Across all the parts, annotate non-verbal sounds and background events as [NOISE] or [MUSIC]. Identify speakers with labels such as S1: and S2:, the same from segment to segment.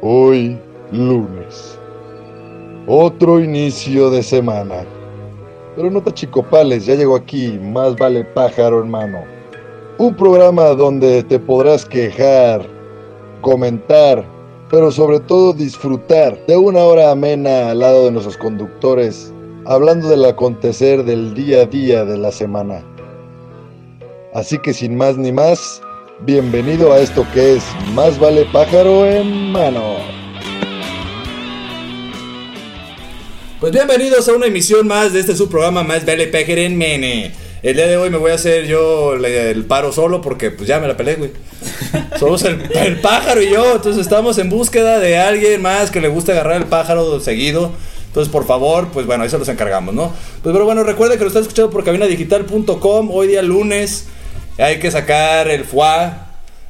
S1: Hoy lunes. Otro inicio de semana. Pero no te chicopales, ya llegó aquí, más vale pájaro en mano. Un programa donde te podrás quejar, comentar, pero sobre todo disfrutar de una hora amena al lado de nuestros conductores, hablando del acontecer del día a día de la semana. Así que sin más ni más, bienvenido a esto que es Más vale pájaro en mano.
S2: Pues bienvenidos a una emisión más de este su programa Más vale pájaro en mene. El día de hoy me voy a hacer yo el, el paro solo porque pues ya me la pelé, güey. Somos el, el pájaro y yo, entonces estamos en búsqueda de alguien más que le guste agarrar el pájaro seguido. Entonces, por favor, pues bueno, ahí se los encargamos, ¿no? Pues pero bueno, recuerden que lo están escuchando por cabinadigital.com, hoy día lunes. Hay que sacar el foie.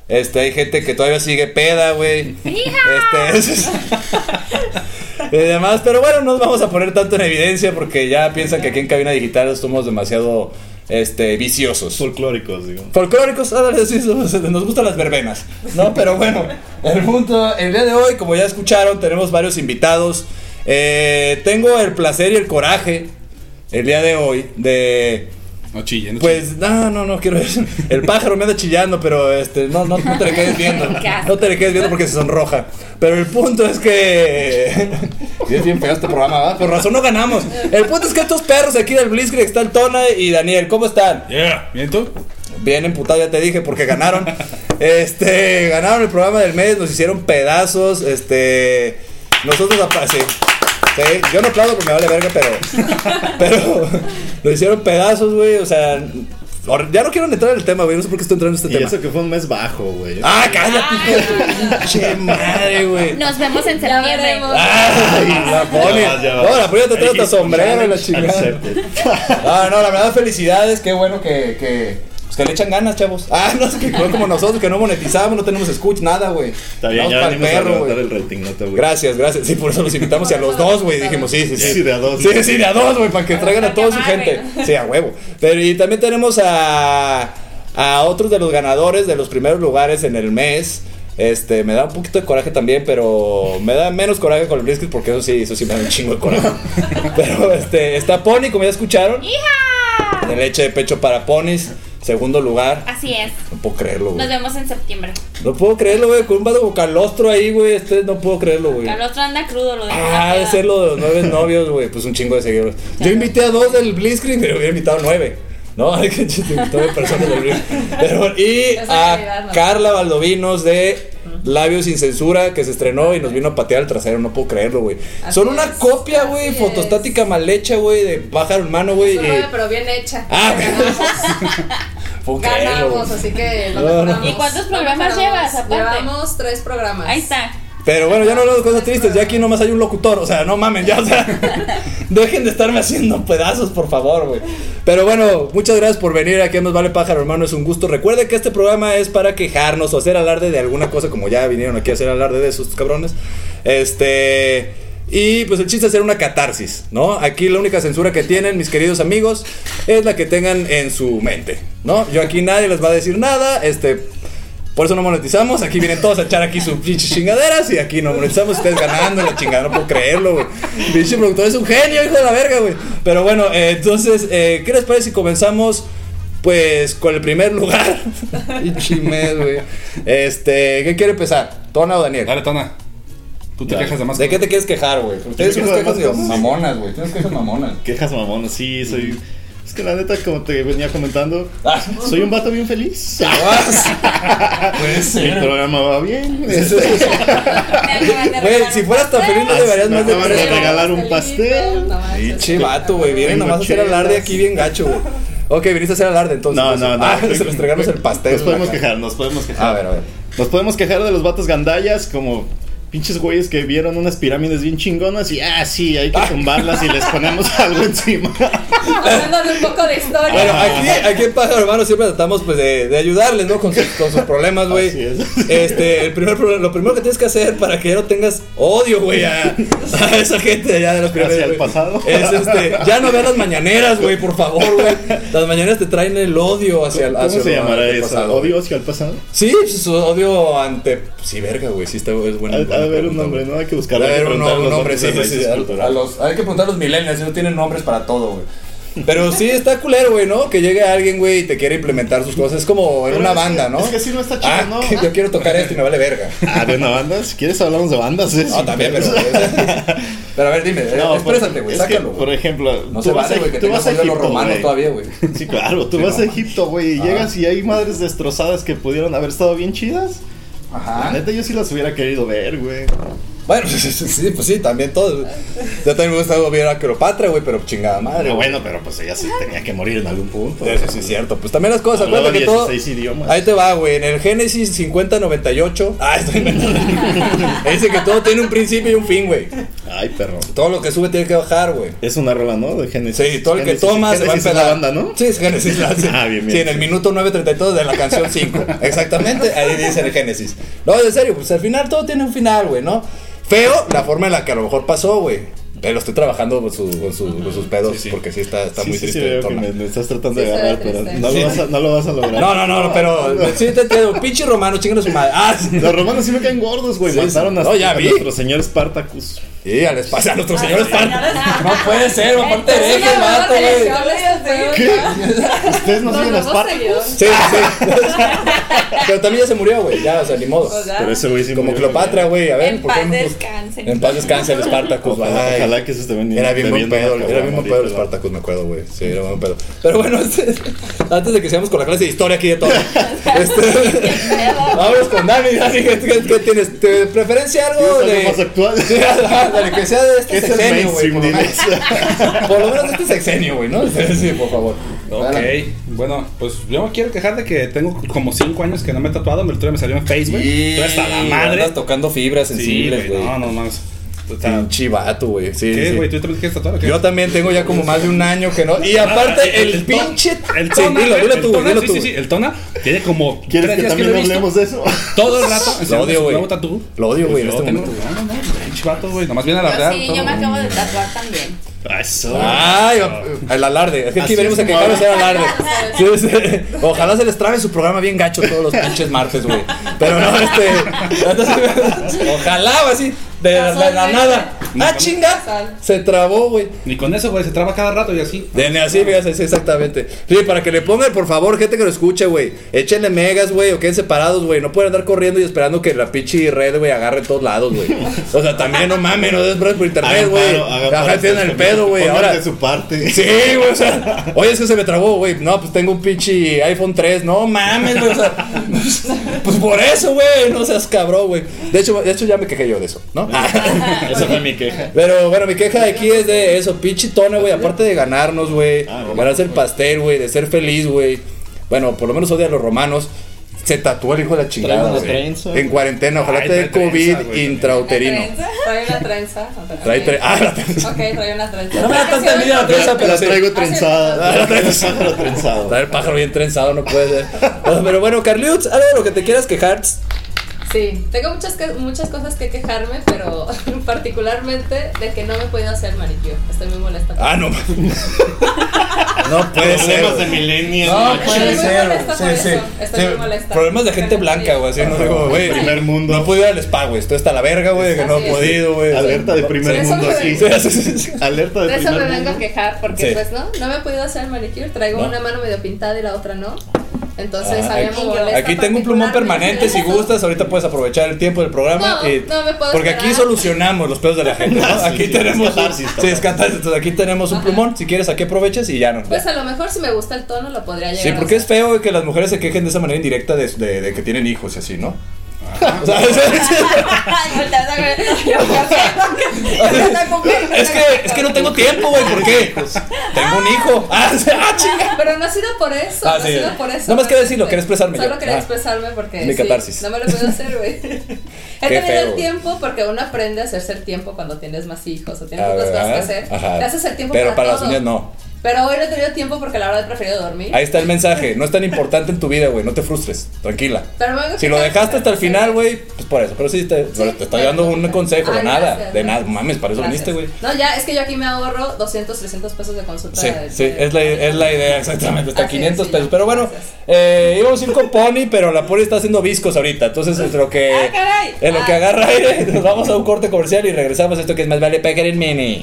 S2: Este, hay gente que todavía sigue peda, güey. Este, [LAUGHS] es- y demás, pero bueno, no nos vamos a poner tanto en evidencia porque ya piensan que aquí en cabina digital somos demasiado este viciosos.
S3: folclóricos, digo.
S2: Folclóricos, ándale, sí, somos- nos gustan las verbenas, ¿no? Pero bueno, el punto, el día de hoy, como ya escucharon, tenemos varios invitados. Eh, tengo el placer y el coraje, el día de hoy, de...
S3: No chillen. no
S2: Pues, no, no, no, quiero eso. El pájaro me anda chillando, pero este, no, no, no te le quedes viendo.
S4: [LAUGHS] Qué asco.
S2: No te le quedes viendo porque se sonroja. Pero el punto es
S3: [LAUGHS]
S2: que...
S3: chillen. es bien feo este programa, ¿verdad?
S2: Por razón no ganamos. El punto es que estos perros aquí del Blitzkrieg está el Tona y Daniel. ¿Cómo están?
S3: Yeah. ¿Bien tú?
S2: Bien emputados, ya te dije, porque
S3: [LAUGHS]
S2: ganaron. Este, ganaron el programa del mes, nos hicieron pedazos. Este, nosotros apla- sí. Sí, yo no aplaudo porque me vale verga,
S3: [LAUGHS]
S2: pero. Pero [LAUGHS] nos hicieron pedazos, güey. O sea, hor- ya no quiero entrar en el tema, güey. No sé por qué estoy entrando en este
S3: Y
S2: tema.
S3: eso que fue un mes bajo, güey.
S2: ¡Ah, cállate! ¡Che madre, güey!
S4: Nos vemos en
S5: [LAUGHS] Ya
S4: septiembre.
S5: veremos.
S2: ¡Ay! La pone.
S3: Ya vas, ya vas.
S2: No, la pone te
S3: [LAUGHS]
S2: trata sombrero y la chingada.
S3: Accepted.
S2: Ah, no, la verdad, felicidades, qué bueno que, que, pues, que le echan ganas, chavos. Ah, no, es que no como nosotros, que no monetizamos, no tenemos escucha, nada, güey.
S3: Está bien,
S2: Vamos
S3: ya
S2: pa'l
S3: venimos a
S2: perro,
S3: levantar
S2: güey.
S3: el rating, no te güey.
S2: Gracias, gracias. Sí, por eso los invitamos y a los dos, güey. Dijimos, sí, sí, sí.
S3: Sí, de a dos.
S2: Sí, sí, de a dos, güey, para que traigan a toda su gente. Sí, a huevo. Pero y también tenemos a, a otros de los ganadores de los primeros lugares en el mes. Este, me da un poquito de coraje también, pero me da menos coraje con el Blitzkrieg porque eso sí, eso sí me da un chingo de [LAUGHS] coraje. Pero este, está Pony, como ya escucharon.
S4: ¡Hija!
S2: De leche de pecho para ponis, segundo lugar.
S4: [LAUGHS] Así es.
S2: No puedo creerlo,
S4: Nos
S2: güey.
S4: vemos en septiembre.
S2: No puedo creerlo, güey. Con un vato como calostro ahí, güey. Este, no puedo creerlo, güey.
S4: Al otro anda crudo, lo dejó
S2: Ah,
S4: la
S2: de
S4: peda.
S2: ser lo de los nueve novios, güey. Pues un chingo de seguidores. Yo invité a dos del Blitzkrieg, pero hubiera invitado nueve. No, [LAUGHS] hay que te invitó nueve personas del Blitzkrieg. Pero, y
S5: [LAUGHS] Esa realidad,
S2: a
S5: ¿no?
S2: Carla Valdovinos de Labios Sin Censura, que se estrenó y nos vino a patear el trasero. No puedo creerlo, güey.
S5: Así
S2: Son una
S5: es,
S2: copia, güey,
S5: así
S2: fotostática mal hecha, güey, de pájaro en mano, güey.
S5: Es un rollo,
S2: y-
S5: pero bien hecha.
S2: Ah, [LAUGHS]
S5: ganamos,
S2: Puedo creerlo,
S5: ganamos,
S2: güey.
S5: así que lo
S2: No, no.
S5: logramos.
S4: ¿Y cuántos programas
S5: Lo
S4: llevas,
S5: logramos.
S4: aparte?
S5: Llevamos tres programas.
S4: Ahí
S2: [LAUGHS]
S4: está.
S2: Pero bueno, ya no hablamos de cosas tristes, ya aquí nomás hay un locutor, o sea, no mamen, ya, o sea, [LAUGHS] dejen de estarme haciendo pedazos, por favor, güey. Pero bueno, muchas gracias por venir aquí a Nos Vale Pájaro, hermano, es un gusto. Recuerden que este programa es para quejarnos o hacer alarde de alguna cosa, como ya vinieron aquí a hacer alarde de esos cabrones. Este... Y pues el chiste es hacer una catarsis, ¿no? Aquí la única censura que tienen, mis queridos amigos, es la que tengan en su mente, ¿no? Yo aquí nadie les va a decir nada, este... Por eso no monetizamos. Aquí vienen todos a echar aquí sus pinches chingaderas. Y aquí no monetizamos. Ustedes ganando la chingada. No puedo creerlo, güey. Pinche productor es un genio, hijo de la verga, güey. Pero bueno, eh, entonces, eh, ¿qué les parece si comenzamos? Pues con el primer lugar. [LAUGHS] Pinche mes, güey. Este, ¿qué quiere empezar? ¿Tona o Daniel?
S6: Dale, Tona. Tú te
S3: Dale.
S6: quejas de más
S2: ¿De qué
S6: cosas.
S2: te quieres quejar, güey? Ustedes
S3: Yo
S2: son unas
S3: me quejo
S2: quejas
S3: de
S2: de
S3: más cosas.
S2: mamonas, güey. Tienes quejas mamonas.
S3: Quejas mamón, sí, soy. Es que la neta, como te venía comentando,
S2: Mm. Ah, [LAUGHS]
S3: soy un vato bien feliz.
S2: puede
S3: Mi
S2: ser.
S3: programa va bien.
S2: Güey, si fueras tan feliz, no deberías
S3: Me
S2: más de
S3: acaban de
S2: tres.
S3: regalar un
S5: Pastelito,
S3: pastel.
S5: no manches.
S2: Pinche vato, güey. Viene
S3: Tengo
S2: nomás a hacer
S3: chelas.
S2: alarde aquí bien gacho, güey. Ok, viniste a hacer alarde entonces.
S3: No, no, no.
S2: Ah, [LAUGHS] se nos entregaron el pastel.
S3: Nos podemos
S2: acá.
S3: quejar, nos podemos quejar.
S2: A ver, a ver.
S3: Nos podemos quejar de los vatos gandallas como pinches güeyes que vieron unas pirámides bien chingonas y ah, sí, hay que tumbarlas y les
S2: [LAUGHS]
S3: ponemos algo encima.
S5: Hablando de un poco de historia.
S2: Bueno, aquí, aquí en Pájaro Hermano siempre tratamos pues de, de ayudarles, ¿no? Con sus, con sus problemas, güey.
S3: Así es.
S2: Este, el primer problema, lo primero que tienes que hacer para que ya no tengas odio, güey, a, a esa gente allá de los primeros.
S3: Hacia el pasado.
S2: Es este, ya no vean las mañaneras, güey, por favor, güey. Las mañaneras te traen el odio hacia el
S3: ¿Cómo
S2: hacia
S3: se
S2: lo-
S3: llamará
S2: hacia el
S3: eso?
S2: pasado.
S3: ¿Odio hacia el pasado?
S2: Sí, pues, su odio ante. Sí, pues, verga, güey. Sí, está, es bueno.
S3: Al- a ver un nombre, ¿no? Hay que buscarlo.
S2: A
S3: hay que
S2: ver, un,
S3: preguntar
S2: un
S3: los
S2: nombre,
S3: nombres
S2: sí,
S3: de
S2: sí, sí.
S3: raíces
S2: A, a
S3: culturales.
S2: los, hay que preguntar a los millennials, ellos tienen nombres para todo, güey. Pero sí está culero, güey, ¿no? Que llegue alguien, güey, y te quiere implementar sus cosas. Es como en
S3: Pero
S2: una
S3: es que-
S2: banda, ¿no?
S3: es que así no está chido,
S2: Ah, [LAUGHS]
S3: ¿no?
S2: que Yo quiero tocar esto y me vale
S3: [LAUGHS]
S2: verga.
S3: Ah, de una banda, si quieres hablamos de bandas. ¿eh?
S2: No,
S3: Sin
S2: también, pero.
S3: pedos.
S2: Pero a ver, dime,
S3: [LAUGHS] No, pues,
S2: eh, exprésate, güey,
S3: es que,
S2: sácalo.
S3: Por
S2: güey.
S3: ejemplo,
S2: No se vale, güey, que
S3: tú vas
S2: tengas
S3: a
S2: un duelo
S3: Egipto,
S2: romano
S3: güey.
S2: todavía, güey.
S3: Sí, claro, tú
S2: Sí,
S3: vas
S2: no, Ah.
S3: a Egipto, güey, y
S2: Ajá.
S3: llegas y hay madres destrozadas que pudieron haber estado bien chidas. La
S2: Ajá.
S3: neta, yo sí las hubiera querido ver, güey.
S2: Bueno, [LAUGHS] sí, pues sí, también todo. Yo también me gusta ver a Cleopatra, güey, pero chingada madre.
S3: Pero
S2: güey.
S3: bueno, pero pues ella sí tenía que morir en algún punto.
S2: Eso Ah. sí es cierto. Pues también las cosas,
S3: Hablaba
S2: acuérdate que todo.
S3: 16 idiomas.
S2: Ahí te va, güey. En el Génesis 5098. [LAUGHS] Ah, estoy inventando. Dice que todo tiene un principio y un fin, güey.
S3: Ay, perro.
S2: Todo lo que sube tiene que bajar, güey.
S3: Es una rola, ¿no? De Genesis.
S2: Sí, todo el que
S3: Genesis-
S2: toma se va a
S3: Genesis es
S2: empedar.
S3: la banda, ¿no?
S2: Sí, es Génesis.
S3: [LAUGHS]
S2: la- sí.
S3: Ah, bien, bien.
S2: Sí, en el minuto 9.32 de la canción 5. Exactamente, ahí dice el Génesis. No, en serio, pues al final todo tiene un final, güey, ¿no? Feo la forma en la que a lo mejor pasó, güey. Pero estoy trabajando con, su- con su- con sus pedos
S3: Sí, sí.
S2: porque sí está, está
S3: Sí,
S2: muy
S3: sí, sí,
S2: triste. el
S3: veo que
S2: tono.
S3: me, me estás tratando de
S5: Sí, se ve
S3: agarrar, pero
S5: triste.
S3: no,
S2: Sí.
S3: lo vas a, no lo vas a lograr.
S2: No, no, no, no, pero sí te entiendo. Pinche romano, chinga su madre. Ah, sí.
S3: Los romanos sí me caen gordos, güey.
S2: Sí, sí.
S3: Mataron a,
S2: No, ya
S3: a
S2: vi.
S3: nuestro señor
S5: [LAUGHS]
S3: Spartacus.
S2: Y al espacio, a nuestro
S4: Ay,
S2: señor
S4: señor
S2: Esparta.
S4: Esparta.
S2: No puede ser, aparte de
S5: Entonces,
S2: ese
S5: una
S2: vato,
S5: nueva
S2: güey.
S5: televisión, estos
S3: ¿Qué?
S5: feos,
S3: Ustedes no
S5: Los
S3: siguen a
S5: nuevos
S3: Spartacus.
S5: seguidores.
S2: Sí, sí. Pero también ya se murió, güey. Ya, o sea, ni modo.
S5: O sea,
S3: Pero ese güey sí
S2: Como
S3: murió,
S2: Cleopatra, güey. A ver,
S4: En
S2: ¿por qué
S4: paz
S2: no?
S4: descansen.
S2: En paz descanse el Espartacus,
S3: Ojalá,
S2: güey.
S3: ojalá que eso también
S2: Era bien buen pedo, era bien buen pedo el Spartacus, me acuerdo, güey. Sí, era buen pedo. Pero bueno, [LAUGHS] este, antes de que seamos con la clase de historia aquí de todo. Este, vamos con Dani, así que que- que tienes ¿Te- preferencia algo
S3: ¿Quieres
S2: de
S3: algo más
S2: [LAUGHS]
S3: actual?
S2: Sí, ándale, que sea de este
S3: Ese es
S2: sexenio, güey.
S3: mainstream,
S2: Por, lo
S3: [LAUGHS]
S2: menos- [LAUGHS]
S3: diles.
S2: por lo menos de este sexenio, güey, ¿no? Sí, sí, por favor.
S6: Ok, bueno, pues yo me quiero quejar de que tengo como 5 años que no me he tatuado, me lo tuve, me salió en Facebook. Estoy hasta la madre.
S2: Andas tocando fibras
S6: Sí,
S2: sensibles,
S6: güey,
S2: güey.
S6: no, no mames. O sea,
S2: Pinche vato, güey. Sí,
S6: ¿Qué,
S2: sí.
S6: güey? ¿Tú también quieres tatuar o qué? Ah,
S2: Yo también tengo ya como más de un año que no. Y aparte, el,
S6: El to-
S2: pinche.
S6: El
S2: Sí,
S6: Tona,
S2: dilo,
S6: güey,
S2: dilo
S6: el
S2: tú, güey,
S6: Tona,
S2: dilo
S6: sí,
S2: tú.
S6: sí, sí,
S2: güey.
S6: el Tona tiene como
S3: ¿Quieres
S6: tres
S3: que
S6: días
S3: también
S6: lo he visto,
S3: hablemos de eso?
S6: Todo el rato enseñando
S2: odio,
S6: su
S2: güey.
S6: nuevo tatú.
S2: Lo odio, güey, en
S6: Pues Yo
S2: este
S6: tengo-
S2: momento.
S6: No, no, no, pinche vato, güey, nomás viene a la
S4: Yo
S6: verdad.
S4: sí, yo me acabo de tatuar también.
S3: Ah, Eso.
S2: Ay, el alarde. Es que aquí
S3: Así
S2: venimos
S3: es,
S2: a quejarnos
S3: madre.
S2: el alarde. Sí, sí. Ojalá se les trabe su programa bien gacho todos los pinches martes, güey. Pero no, este. Ojalá, güey, así. De la, de la nada. ¡Ah, chinga! Se trabó, güey.
S6: Ni con eso, güey, se traba cada rato y así.
S2: Dene así, fíjate, sí, exactamente. Sí, para que le pongan, por favor, gente que lo escuche, güey. Échenle megas, güey, o queden separados, güey. No pueden andar corriendo y esperando que la pinche red, güey, agarre en todos lados, güey. O sea, también no mames, no des brotes por internet,
S3: Hagan
S2: güey.
S3: paro, hagan
S2: Ajá,
S3: paro,
S2: tienen el
S3: ustedes
S2: pedo, güey.
S3: pongan
S2: Ahora.
S3: de su parte.
S2: Sí, güey, o sea, oye, es que se me trabó, güey. No, pues tengo un pinche iPhone 3. No mames, güey, o sea, [LAUGHS] pues por eso, güey, no seas cabrón, güey. De hecho, de hecho, ya me quejé yo de eso, ¿no?
S3: [LAUGHS]
S6: Ah.
S3: Esa fue mi queja.
S2: [LAUGHS] Pero bueno, mi queja de aquí es de eso, pinche tono, güey. Aparte de ganarnos, güey.
S3: Ah, no.
S2: ganarse el pastel, güey. De ser feliz, güey. Bueno, por lo menos odia a los romanos. Se tatuó el hijo de la chingada.
S3: una
S2: güey.
S3: trenza.
S2: En cuarentena, ojalá
S6: Ay,
S2: te dé
S6: trae trenza,
S2: COVID
S6: güey.
S2: intrauterino.
S5: Trae una trenza. otra
S2: Trae tre- [LAUGHS]
S5: vez.
S2: Ah, la trenza.
S5: Ok, trae una trenza.
S2: No
S5: [LAUGHS]
S2: me da tanta envidia la trenza, pero
S3: [LAUGHS] La
S2: sí.
S3: traigo trenzada.
S2: Ah, [LAUGHS]
S3: La
S2: la
S3: traigo
S2: trenzas.
S3: pájaro trenzado.
S2: Trae el pájaro bien trenzado, no puede ser. No, Pero bueno, Carliutz, algo de lo que te quieras quejar.
S5: Sí, tengo muchas, que- muchas cosas que quejarme, pero [LAUGHS] particularmente de que no me he podido hacer manicure. Estoy muy molesta.
S2: Ah, no. No puede ser.
S3: Problemas de
S2: güey.
S3: millennials.
S2: No
S3: güey.
S5: pues,
S2: puede
S5: Estoy muy
S2: ser.
S5: molesta
S2: Sí,
S5: por
S2: sí.
S5: eso. Estoy
S2: Sí,
S5: muy molesta.
S2: Problemas de gente blanca, güey. Así no digo, güey.
S3: Primer mundo.
S2: No he podido ir al spa, güey. Estoy hasta la verga, güey, de que no
S5: Así
S2: he
S5: es.
S2: podido, güey.
S3: Alerta de primer
S5: Eso
S3: mundo
S5: me-
S3: aquí.
S2: Sí, sí, sí, sí.
S3: Alerta
S5: De
S3: de
S5: eso me
S3: primer
S5: vengo a
S3: mundo.
S5: quejar porque
S2: Sí.
S5: pues no, no me he podido hacer manicure, traigo
S2: ¿No?
S5: una mano medio pintada y la otra no. Entonces
S2: Ah,
S5: había
S2: aquí-
S5: muy molesta.
S2: Aquí tengo un plumón
S5: particularmente.
S2: permanente si gustas, ahorita puedes aprovechar el tiempo del programa.
S5: No,
S2: y-
S5: no me puedo
S2: porque
S5: esperar.
S2: aquí solucionamos los pedos de la gente. ¿no?
S3: Ah, [LAUGHS] sí,
S2: aquí
S3: sí,
S2: tenemos.
S3: es catarsis,
S2: sí, es
S3: catarsis.
S2: catarsis. Entonces aquí tenemos un
S5: Ajá.
S2: plumón. Si quieres, aquí aprovechas y ya no.
S5: Pues a lo mejor si me gusta el tono lo podría llegar.
S2: Sí,
S5: a
S2: porque es
S5: hacer.
S2: feo que las mujeres se quejen de esa manera indirecta de, de- de que tienen hijos y así, ¿no? [LAUGHS] O sea, es,
S5: [LAUGHS]
S4: Ay, volteas
S2: [LAUGHS]
S4: a ver. Yo me
S2: es que, es que no tengo tiempo, güey, ¿por qué? Tengo un hijo. [LAUGHS] Ah, ah, chinga.
S5: Pero no ha sido por eso,
S2: Ah,
S5: no
S2: sí.
S5: ha sido por eso.
S2: Nada más quería decirlo,
S5: realmente.
S2: quería expresarme yo.
S5: Solo quería
S2: Ah.
S5: expresarme porque
S2: Es mi
S5: sí,
S2: catarsis.
S5: no me lo puedo hacer,
S2: [LAUGHS]
S5: güey.
S2: Qué
S5: He tenido
S2: feo.
S5: el tiempo porque uno aprende a hacerse el tiempo cuando tienes más hijos o tienes
S2: Ah,
S5: otras cosas que
S2: ¿verdad?
S5: hacer.
S2: Ajá.
S5: Te haces el tiempo
S2: Pero
S5: para,
S2: para las
S5: todo.
S2: uñas no.
S5: Pero hoy no he tenido tiempo porque la verdad he preferido dormir.
S2: Ahí está el mensaje. No es tan importante en tu vida, güey. No te frustres. Tranquila.
S5: Pero me voy a
S2: Si lo
S5: quedar-
S2: dejaste hasta el final, güey, pues por eso. Pero sí, te, pero te estoy dando un consejo. de
S5: Ay,
S2: nada.
S5: gracias,
S2: de nada.
S5: gracias.
S2: Mames, para eso
S5: Gracias.
S2: viniste, pues güey.
S5: No, ya, es que yo aquí me ahorro 200, 300 pesos de consulta.
S2: Sí,
S5: de-
S2: sí,
S5: de-
S2: es la, es la idea, exactamente, hasta
S5: Así es,
S2: 500
S5: sí,
S2: pesos.
S5: ya.
S2: Pero bueno,
S5: Gracias.
S2: eh, íbamos a ir con Pony, pero la Pony está haciendo viscos ahorita. Entonces, es lo que,
S5: ¡Ah, caray!
S2: en lo que
S5: Ah.
S2: agarra aire, [LAUGHS] nos vamos a un corte comercial y regresamos a esto que es más vale pegar en mini.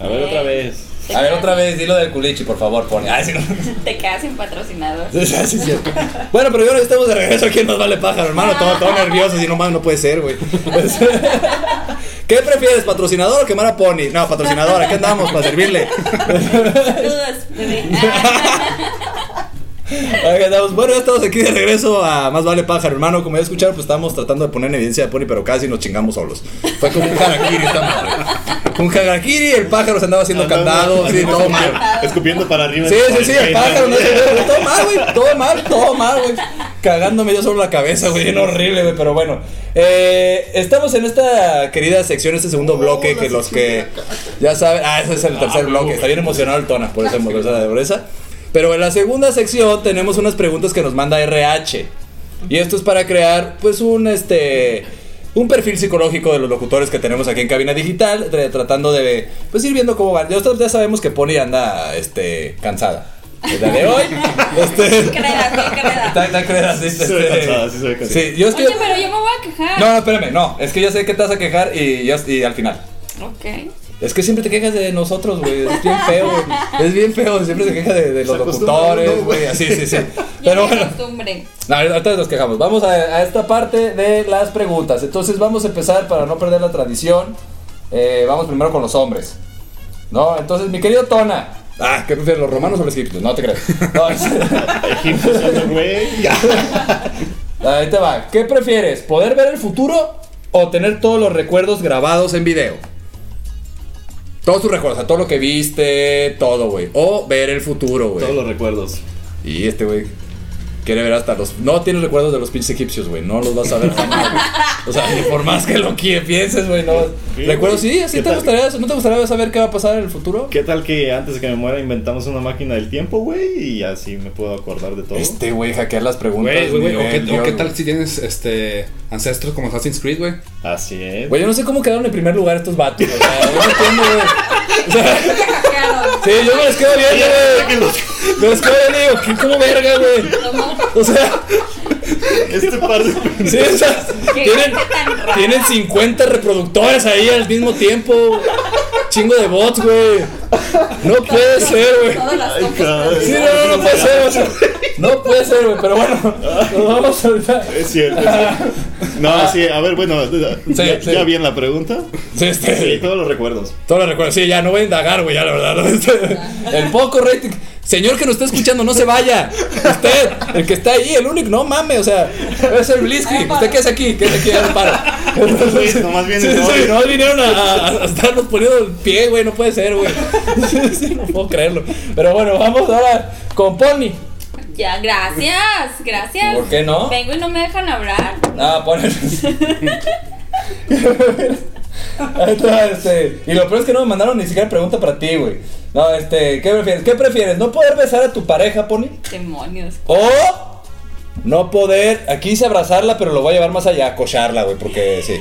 S3: A ver
S6: Eh,
S3: otra vez.
S4: Te
S2: A ver,
S4: quedas-
S2: otra vez, dilo del culichi, por favor, Pony. Ah, sí, no. [LAUGHS]
S4: Te quedas sin patrocinador.
S2: Sí, es cierto. Bueno, pero ya estamos de regreso aquí en Nos Vale Pájaro, hermano. Todo, todo
S5: Ah.
S2: nervioso, si no mames, no puede ser, güey. [LAUGHS] Pues, ¿Qué prefieres, patrocinador o quemar a Pony? No, patrocinador, aquí andamos para servirle.
S4: Saludos, bebé. Ah,
S2: Oigan, estamos- Bueno, ya estamos aquí de regreso a Más Vale Pájaro, hermano. Como ya escucharon, pues estábamos tratando de poner en evidencia a Pony, pero casi nos chingamos solos. Fue como un harakiri esta madre. Un harakiri, el pájaro se andaba haciendo cantado, sí, todo mal.
S3: Escupiendo para arriba.
S2: Sí, sí, sí, el pájaro, no sé, güey, todo mal, güey, [LAUGHS] todo mal, todo mal, güey. Cagándome yo sobre la cabeza, güey, bien horrible, güey, pero bueno. Eh, estamos en esta querida sección, este segundo bloque, que los que ya saben, ah, ese es el tercer bloque, está bien emocionado el Tona, por esa hamburguesa de pobreza. Pero en la segunda sección tenemos unas preguntas que nos manda RH. Y esto es para crear, pues, un este. Un perfil psicológico de los locutores que tenemos aquí en Cabina Digital, tra- tratando de pues ir viendo cómo van. Ya, ya sabemos que Pony anda este cansada. El día de
S4: [LAUGHS]
S2: hoy. este,
S4: Créela, sí,
S2: está,
S4: créela.
S2: está creada, sí,
S3: Se ve
S2: este,
S3: cansada, sí se ve cansada.
S2: sí, yo es que-
S4: Oye, pero yo me voy a quejar.
S2: No, no, espérame, no. Es que ya sé que te vas a quejar y, ya- y al final.
S4: Ok.
S2: Es que siempre te quejas de nosotros, güey. Es bien feo, güey. Es bien feo. Siempre se queja de, de los
S1: Se acostumbra uno,
S2: locutores,
S1: güey.
S2: güey. Así, sí,
S4: [LAUGHS]
S2: sí.
S4: Ya
S2: Pero
S4: me
S2: bueno.
S4: acostumbré.
S2: No, ahorita nos quejamos. Vamos a, a esta parte de las preguntas. Entonces vamos a empezar para no perder la tradición. eh, vamos primero con los hombres. No, entonces mi querido Tona. Ah, ¿qué prefieres, los romanos o los egipcios? No te creas. [LAUGHS] No, es-
S3: güey.
S2: ahí te va. ¿Qué prefieres? ¿Poder ver el futuro o tener todos los recuerdos grabados en video? Todos tus recuerdos, o sea, todo lo que viste, todo, güey. O ver el futuro, güey.
S3: Todos los recuerdos.
S2: Y este güey quiere ver hasta los. No tiene recuerdos de los pinches egipcios, güey. No los vas a ver jamás, güey. O sea, ni por más que lo quie- pienses, güey, no.
S3: Sí,
S2: Recuerdos,
S3: güey.
S2: sí, así
S3: ¿Qué
S2: te
S3: tal?
S2: gustaría eso. ¿No te gustaría saber qué va a pasar en el futuro?
S3: ¿Qué tal que antes de que me muera inventamos una máquina del tiempo, güey? Y así me puedo acordar de todo.
S2: Este güey hackear las preguntas.
S6: Güey, güey, o,
S2: nivel
S6: qué, o
S2: Dios,
S6: qué tal
S2: güey.
S6: si tienes este ancestros como Assassin's Creed, güey.
S3: Así es. [LAUGHS]
S2: Güey, yo no sé cómo quedaron en primer lugar estos vatos. O sea, yo no entiendo, güey. O sea, sí, yo me les quedo bien,
S6: [LAUGHS]
S2: güey. Me les quedo bien, digo, ¿qué, ¿cómo verga, güey? O sea.
S3: Este par de
S2: Sí, o sea,
S4: Qué
S2: tienen,
S4: gente tan rara.
S2: tienen 50 reproductores ahí al mismo tiempo. Chingo de bots, güey. No puede ser, güey.
S5: Todas las
S3: Ay,
S5: compras.
S2: Sí, no, no, no puede ser, o sea, no puede ser, güey. Pero bueno, nos vamos ahorita.
S3: Es cierto. es cierto. No, sí, a ver, bueno, ya,
S2: Ah. sí.
S3: ya bien la pregunta.
S2: Sí,
S3: Sí,
S2: este,
S3: todos los recuerdos.
S2: todo lo recuerdo. Sí, ya no voy a indagar, güey, ya la verdad. ¿no? Este, El poco rating. Señor que nos está escuchando, no se vaya. Usted, el que está ahí, el único, no mames, o sea, es el Blitzkrieg. Usted quédese aquí, quédese aquí, ya no para.
S3: Güey, nomás viene
S2: Sí,
S3: el
S2: sí,
S3: nombre.
S2: no vinieron a, a- a estarnos poniendo el pie, güey, no puede ser, güey. [LAUGHS] Sí, no puedo creerlo. Pero bueno, vamos ahora con Pony.
S4: Ya, gracias, gracias.
S2: ¿Por qué no?
S4: Vengo y no me dejan hablar.
S2: Ah, Pony. [LAUGHS] Ahí está, este, y lo peor es que no me mandaron ni siquiera pregunta para ti, güey. No, este, ¿qué prefieres? ¿Qué prefieres? ¿No poder besar a tu pareja, Pony?
S4: Demonios.
S2: O no poder, aquí hice abrazarla, pero lo voy a llevar más allá, cocharla, güey, porque sí.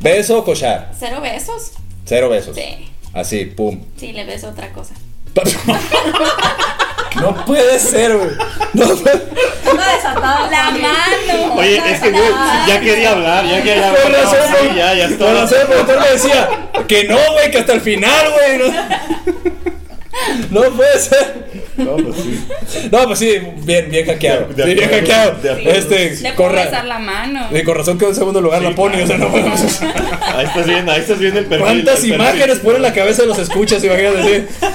S2: Beso o cochar.
S4: ¿Cero besos?
S2: Cero besos.
S4: Sí.
S2: Así, pum.
S4: Sí, le beso otra cosa.
S2: No puede ser, güey. No,
S5: Una desatada.
S4: La
S5: también.
S4: mano.
S3: Oye, es que güey, ya quería hablar, ya quería hablar.
S2: Con razón,
S3: Sí,
S2: güey.
S3: ya, ya está.
S2: Con razón, el productor me decía que no, güey, que hasta el final, güey. No, No puede ser.
S3: No, pues sí.
S2: No, pues sí, bien, bien hackeado.
S3: De- de
S2: sí, bien
S3: acuerdo,
S2: hackeado.
S3: de acuerdo.
S2: Este,
S4: Le puedo
S2: corra.
S4: besar la mano.
S2: Y con razón quedó en segundo lugar
S3: Sí,
S2: la pone, o sea, no podemos.
S3: Ahí estás viendo, ahí estás viendo el perfil.
S2: ¿Cuántas
S3: el perfil.
S2: imágenes pone en la cabeza de los escuchas? Imagínate, sí.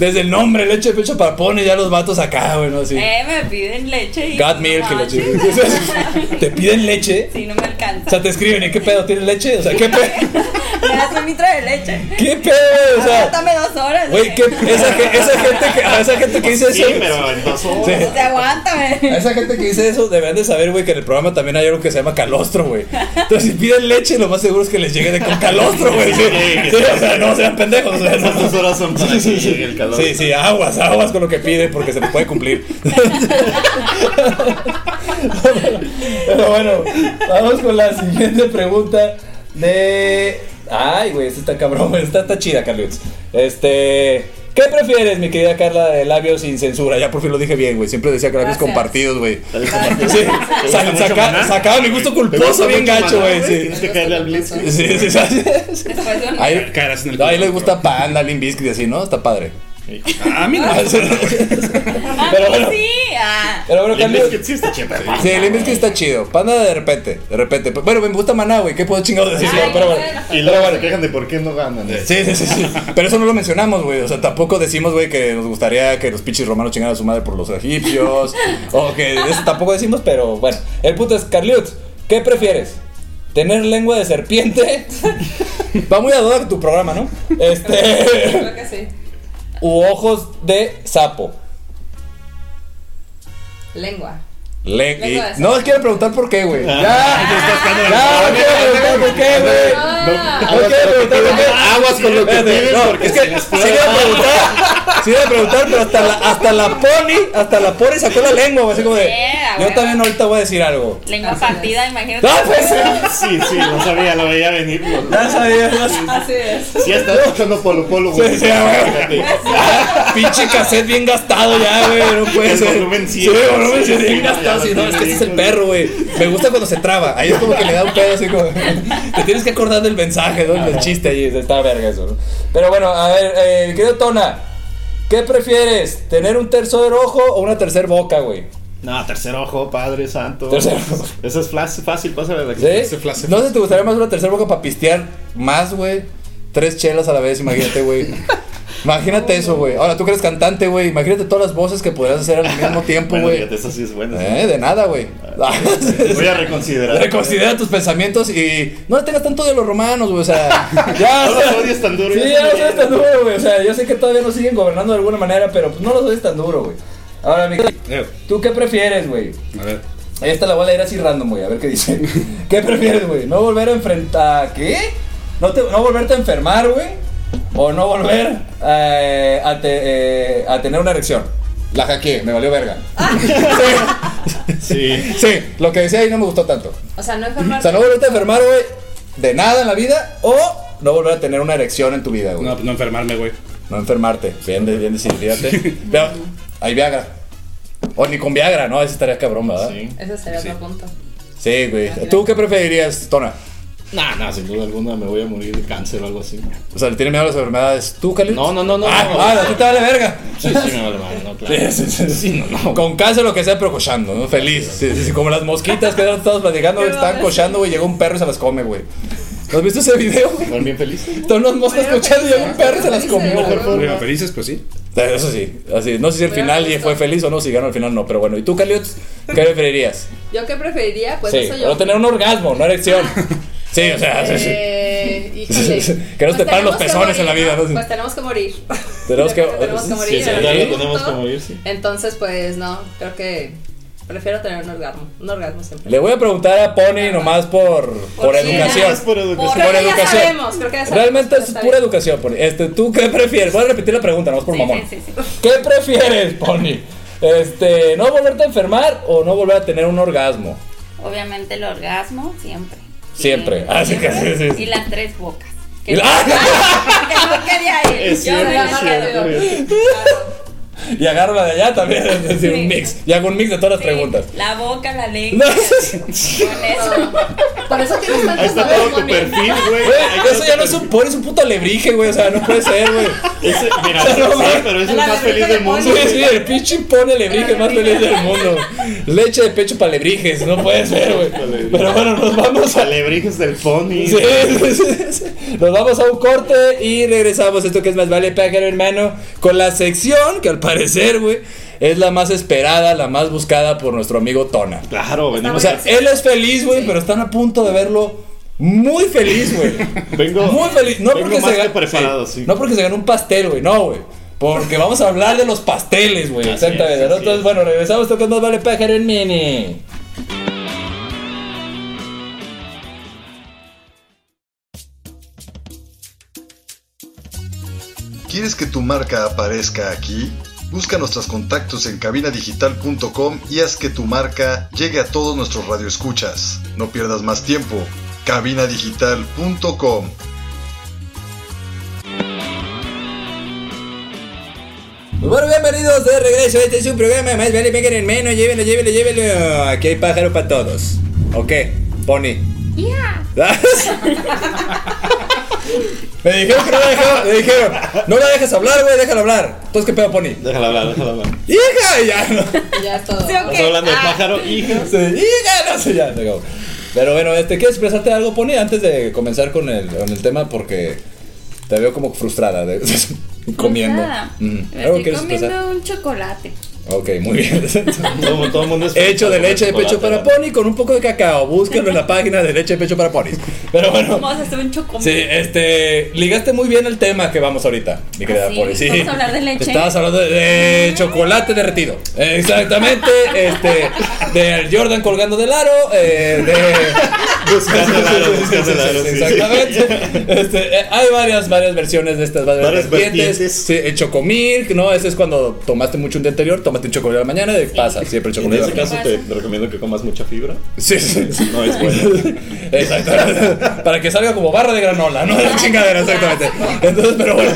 S2: Desde el nombre, leche, pecho para pone, ya los vatos acá, güey, ¿no? Así.
S4: Eh, me piden leche y.
S2: God
S4: no
S2: milk, que la
S4: manches.
S2: chingada. [LAUGHS] Te piden leche.
S4: Sí, no me
S2: O sea,
S4: alcanza.
S2: te escriben, ¿y qué pedo? ¿Tienes leche? O sea, ¿qué pedo?
S4: Me das un litro de leche.
S2: ¿Qué pedo? O sea,
S4: Aguántame dos horas.
S2: güey, ¿qué? Esa, ge- esa gente que, a esa gente que dice eso.
S3: Sí, pero en dos horas.
S2: Sí.
S4: O sea, aguántame.
S2: A esa gente que dice eso, deberían de saber, güey, que en el programa también hay algo que se llama calostro, güey. Entonces, si piden leche, lo más seguro es que les llegue de con calostro, güey. Sí, Sí, o sea, no sean pendejos. O
S3: [LAUGHS]
S2: sea,
S3: Esas
S2: no.
S3: dos horas son para
S2: Sí,
S3: que
S2: sí,
S3: llegue
S2: sí.
S3: el calor.
S2: Sí, sí, aguas, aguas con lo que piden porque se les puede
S3: [LAUGHS]
S2: cumplir. Pero bueno, vamos con la siguiente pregunta de. Ay, güey, esta está cabrón, güey, esta está chida, Carlitos. Este. ¿Qué prefieres, mi querida Carla de labios sin censura? Ya por fin lo dije bien, güey. Siempre decía que labios
S4: Gracias.
S2: compartidos, güey.
S3: Dale, comparte.
S2: Sí,
S3: ¿Te gusta
S2: sa-
S3: mucho
S2: saca-
S3: Maná?
S2: sacaba mi gusto
S3: ¿Te gusta
S2: culposo bien
S3: mucho
S2: gacho,
S3: Maná,
S2: güey. Sí,
S3: Tienes que caerle al blitz.
S2: sí, sí, ¿sabes?
S4: Después de un.
S2: Ahí,
S6: Caras en el
S2: no, ahí
S6: culo,
S2: les gusta Panda, Limp Bizkit y así, ¿no? Está padre.
S6: Ah,
S3: [LAUGHS]
S6: mira.
S4: Ah,
S2: pero
S4: sí,
S2: bueno.
S4: sí. Ah.
S2: Pero bueno,
S3: El
S2: Carlos.
S3: biscuit sí está chévere.
S2: Sí, el Bizkit está chido. Panda de repente, de repente. Pero, Bueno, me gusta Maná, güey. ¿Qué puedo chingados decir?
S5: Ay,
S2: pero
S5: qué
S2: bueno.
S5: bueno.
S3: Y luego se quejan de por qué no ganan.
S2: Sí, sí, sí, sí. Pero eso no lo mencionamos, güey. O sea, tampoco decimos, güey, que nos gustaría que los pinches romanos chingaran a su madre por los egipcios. [LAUGHS] o que eso tampoco decimos, pero bueno. El punto es, Carliut, ¿qué prefieres? ¿Tener lengua de serpiente? [LAUGHS] Va muy a duda tu programa, ¿no? Este. [LAUGHS]
S5: Creo que sí.
S2: U ojos de sapo.
S5: Lengua.
S2: Le- y-
S5: Lengua de sapo.
S2: no quiero preguntar por qué, güey.
S3: Ah,
S2: Ya,
S3: te estás Ah, quedando en el-
S2: ya, no quiero preguntar por qué, güey.
S5: Ah,
S2: No quiero preguntar por qué.
S3: Aguas con lo que
S2: Espérate,
S3: pides
S2: no,
S3: porque
S2: es que
S3: se les
S2: sí le
S3: puede.
S2: iba a preguntar, sí le iba a preguntar, pero hasta la, hasta la pony, hasta la pony sacó la lengua, güey, así como de,
S4: Yeah,
S2: yo
S4: güey.
S2: también ahorita voy a decir algo.
S4: Lengua partida, imagínate.
S2: ¡Ah, pues!
S3: Sí, sí, lo sabía, lo veía venir.
S2: Ya sabía, ya sabía.
S5: así es.
S3: Si estás escuchando Polo Polo, güey.
S2: Sí, sí, ah, güey. Pinche cassette bien gastado ya, güey, no puede
S3: El
S2: ser.
S3: volumen
S2: sí,
S3: cien.
S2: el volumen cien
S3: Sí,
S2: bien
S3: sí, ya
S2: gastado,
S3: lo
S2: sí, no,
S3: tiene
S2: es que ese es el
S3: bien.
S2: perro, güey. Me gusta cuando se traba, ahí es como que le da un pedo así como, te tienes que acordar del mensaje, ¿no? del chiste ahí, está verga eso, ¿no? Pero bueno, a ver, eh, mi querido Tona, ¿qué prefieres, tener un tercer ojo o una tercer boca, güey?
S3: No, tercer ojo, Padre Santo.
S2: Tercer ojo.
S3: Esa es flas- fácil, pásale la que
S2: ¿Sí? No sé si te gustaría más una tercera boca para pistear más, güey. Tres chelas a la vez, imagínate, güey. Imagínate eso, güey. Ahora tú que eres cantante, güey. Imagínate todas las voces que podrías hacer al mismo tiempo,
S3: Bueno,
S2: pues, güey.
S3: fíjate, eso sí es bueno. sí.
S2: Eh, de nada, güey. [LAUGHS]
S3: Voy a reconsiderar.
S2: Reconsidera tus pensamientos y no le tengas tanto de los romanos, güey. O sea, ya.
S3: No
S2: o sea, [LAUGHS]
S3: los odies tan duro,
S2: Sí,
S3: ya
S2: ya
S3: se
S2: los
S3: me
S2: odies tan duro, güey. O sea, yo sé que todavía nos siguen gobernando de alguna manera, pero pues no los odies tan duro, güey. Ahora, mi-
S6: Eh,
S2: ¿tú qué prefieres, güey?
S6: A ver.
S2: Esta la voy a leer así random, güey, a ver qué dice. [LAUGHS] ¿Qué prefieres, güey? ¿No volver a enfrentar. ¿Qué? ¿No, te- no volverte a enfermar, güey? ¿O no volver eh, a, te- eh, a tener una erección? La hackeé, me valió
S6: [LAUGHS]
S2: verga.
S3: Sí.
S2: Sí, lo que decía ahí no me gustó tanto.
S5: O sea, no
S2: O sea,
S5: enfermar.
S2: no volverte a enfermar, güey, de nada en la vida, o no volver a tener una erección en tu vida, güey.
S6: No, pues
S2: No,
S6: no enfermarme, güey.
S2: enfermarte, bien, de- bien decidido, fíjate. Vea, ahí Viagra. O ni con Viagra, ¿no? Esa estaría cabrón, ¿verdad?
S3: Sí.
S5: Ese sería
S6: Sí.
S5: otro punto.
S2: Sí, güey. ¿Tú qué preferirías, Tona?
S3: No, no, sin duda alguna me voy a morir de cáncer o
S6: [LAUGHS]
S3: algo así.
S2: O sea, le tiene miedo a las enfermedades. ¿Tú, Cali?
S3: No, no, no, no.
S2: Ah,
S3: no.
S2: ah, a ti te vale verga.
S3: Sí, sí, me vale, madre,
S6: [LAUGHS]
S3: no, claro.
S2: Sí, sí, sí.
S3: Sí, no, no.
S2: Con cáncer lo que sea, pero cochando, ¿no? Feliz. Sí, sí, sí, como las mosquitas que eran todas platicando,
S5: Qué
S2: estaban
S5: madre.
S2: cochando, güey. Llegó un perro y se las come, güey. ¿No has visto ese
S5: [LAUGHS]
S2: video?
S3: Fueron bien felices.
S2: Todas las moscas
S5: Bueno, pues,
S2: cochando y llegó un perro y se las
S5: felices,
S2: comió,
S5: mejor
S2: güey.
S5: forma.
S6: Bueno, felices, pues sí.
S2: Eh, Eso sí, así. No sé si al
S5: Bueno,
S2: final
S5: justo.
S2: fue feliz o no, si ganó al final no. Pero bueno, ¿y tú, Caliot? ¿Qué preferirías?
S5: ¿Yo qué preferiría? Pues
S2: sí,
S5: eso yo.
S2: no tener un orgasmo, no erección. Sí, o sea, sí, sí.
S5: Eh, híjole. Pues
S2: Que no te paren los
S5: tenemos que
S2: pezones en la
S5: morir,
S2: vida,
S5: ¿no?
S2: ¿no?
S5: Pues tenemos que morir.
S2: Tenemos
S5: [LAUGHS]
S2: que-
S5: tenemos que morir.
S3: Sí, sí, ya
S5: en
S3: lo
S5: algún
S3: tenemos
S5: punto.
S3: que morir, sí.
S5: Entonces, pues no, creo que prefiero tener un orgasmo. Un orgasmo siempre.
S2: Le voy a preguntar a Pony nomás por, por
S5: qué?
S2: educación.
S3: Es por educación.
S5: creo
S2: por
S5: que ya
S2: educación.
S5: sabemos, creo que ya sabemos.
S2: Realmente
S5: ya
S2: es
S5: está
S2: pura
S5: bien.
S2: educación, Pony. Este, ¿Tú qué prefieres? Voy a repetir la pregunta, nomás por
S4: Sí,
S2: mamón.
S4: sí, sí,
S2: ¿Qué prefieres, Pony? Este, ¿no volverte a enfermar o no volver a tener un orgasmo?
S4: Obviamente el orgasmo, siempre.
S2: Siempre.
S4: Y-
S2: Así que sí, sí, sí.
S4: Y las tres bocas. Ah,
S2: Y la-
S4: [LAUGHS] que no quería ir.
S3: Es
S4: Yo
S3: cierto,
S4: no
S5: Yo
S4: me
S5: no
S3: es
S4: quedo.
S3: cierto.
S5: quedo.
S2: Y agarro la de allá también. [LAUGHS] Es decir, un mix. Y hago un mix de todas las preguntas.
S4: La boca, la
S2: No, [LAUGHS]
S4: lengua. Con eso.
S5: Por eso tienes
S3: Ahí
S5: tantos
S3: está todo
S5: novios,
S3: tu
S5: Moni.
S3: perfil, güey.
S2: Güey,
S3: Ahí está
S2: eso ya
S3: tu
S2: no es un pony, es un puto alebrije, güey. O sea, no puede ser, güey.
S3: Ese,
S2: [LAUGHS]
S3: mira,
S2: No,
S3: sí,
S2: güey.
S3: pero es el
S4: La
S3: más
S4: de Rico
S3: feliz del
S4: de
S3: mundo.
S2: Sí, sí, el pinche pone alebrije más feliz del mundo. Leche de pecho para alebrijes, no puede ser, güey. Pero bueno, nos vamos a.
S3: Alebrijes del pony.
S2: Sí, sí, sí, sí. Nos vamos a un corte y regresamos. Esto que es más vale pájaro, hermano. Con la sección que al parecer, güey, es la más esperada, la más buscada por nuestro amigo Tona.
S3: Claro,
S2: O
S3: venimos
S2: sea, él es feliz, güey, pero están a punto de verlo muy feliz, güey.
S3: [LAUGHS] Vengo-
S2: muy feliz. No
S3: vengo
S2: porque
S3: más
S2: se
S3: que
S2: gan-
S3: preparado, sí.
S2: No porque se ganó un pastel, güey. No, güey. Porque vamos a hablar de los pasteles, güey.
S3: Así
S2: Exactamente.
S3: es,
S2: ¿no?
S3: así
S2: Entonces,
S3: es.
S2: bueno, regresamos tocando Vale Pájaro en Mini.
S1: ¿Quieres que tu marca aparezca aquí? Busca nuestros contactos en cabinadigital.com y haz que tu marca llegue a todos nuestros radioescuchas. No pierdas más tiempo. cabinadigital.com
S2: Pues Bueno, bienvenidos de regreso. Este es un programa más Vale Pájaro en Mini. Llévenlo, llévenlo, llévenlo. Aquí hay pájaro para todos. ¿O qué? Pony. [LAUGHS] me dijeron que no la dejaba. Me dijeron, no la dejes hablar, güey, déjala hablar. Entonces, ¿qué pedo, Pony?
S3: Déjala hablar, déjala hablar.
S2: ¡Hija! Y Ya, no. [LAUGHS]
S5: Ya es todo.
S4: Sí, ok.
S3: Estás hablando de
S4: Ah.
S3: pájaro, hija.
S2: Sí, hija, no sé, ya, se acabó. Pero bueno, este, ¿quieres expresarte algo, Pony? Antes de comenzar con el, con el tema, porque te veo como frustrada de- [LAUGHS] comiendo.
S4: Nada.
S2: Mm.
S4: Me
S2: ¿Algo
S4: Estoy
S2: quieres expresar?
S4: comiendo un chocolate.
S2: Ok, muy bien.
S3: [LAUGHS]
S2: [LAUGHS]
S3: Todo, todo el mundo es
S2: Hecho de
S3: como
S2: leche de pecho para
S3: chocolate,
S2: pony con un poco de cacao. Búsquenlo en la página de leche de pecho para ponis. Pero bueno.
S4: Vamos a hacer un chocolate.
S2: Sí, este, ligaste muy bien el tema que vamos ahorita, mi querida
S4: Ah, sí,
S2: Poli, sí.
S4: vamos a hablar de leche.
S2: Estabas hablando de, de chocolate derretido. Eh, Exactamente, este, de Jordan colgando del aro, eh,
S4: [LAUGHS]
S2: de...
S3: Buscando el aro,
S2: [LAUGHS] Sí, sí,
S3: buscando el
S2: sí,
S3: aro,
S2: sí,
S3: sí, sí.
S2: Exactamente. Este, eh, hay varias, varias versiones de estas, varias,
S3: Varias
S2: vertientes.
S3: vertientes.
S2: Sí, el chocomilk, ¿no? Ese es cuando tomaste mucho un día anterior, tomaste un chocolate a la mañana, y pasa, siempre el
S3: En
S2: chocolate a la
S3: ese
S2: mañana.
S3: caso te te recomiendo que comas mucha fibra.
S2: Sí, sí, sí.
S3: [LAUGHS] No es bueno.
S2: [LAUGHS] Exacto. Para que salga como barra de granola, no la chingadera, exactamente. Entonces, pero bueno,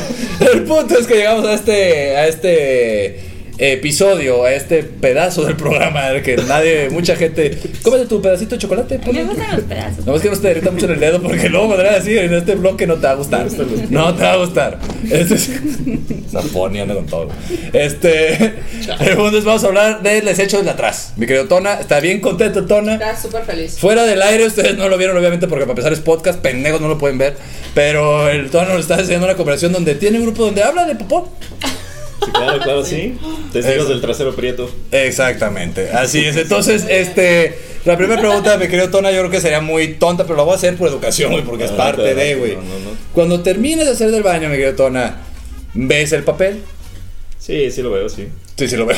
S2: el punto es que llegamos a este, a este episodio, a este pedazo del programa en el que nadie, mucha gente. Cómete tu pedacito de chocolate,
S4: Me
S2: ponle.
S4: gustan los
S2: [LAUGHS]
S4: pedazos.
S2: No es que no se te derrita mucho en el dedo porque luego podrás decir en este bloque no te va a gustar. No te va a gustar. Este
S3: [LAUGHS]
S2: es... Zamponi anda con todo. Este. Entonces vamos a hablar del desecho del atrás. Mi querido Tona, está bien contento Tona.
S5: Estás súper feliz.
S2: Fuera del aire, ustedes no lo vieron, obviamente, porque para empezar es podcast, pendejos no lo pueden ver. Pero el Tono nos está enseñando una conversación donde tiene un grupo donde habla de popó.
S3: Sí, claro, claro, sí. Testigos del trasero prieto.
S2: Exactamente, así es. Entonces, este. La primera pregunta, mi querido Tona, yo creo que sería muy tonta, pero la voy a hacer por educación, güey, porque es
S3: Adelante,
S2: parte de,
S3: adelante,
S2: güey.
S3: no, no, no.
S2: Cuando termines de hacer del baño, mi querido Tona, ¿ves el papel?
S3: Sí, sí lo veo, sí.
S2: Sí, sí, lo veo.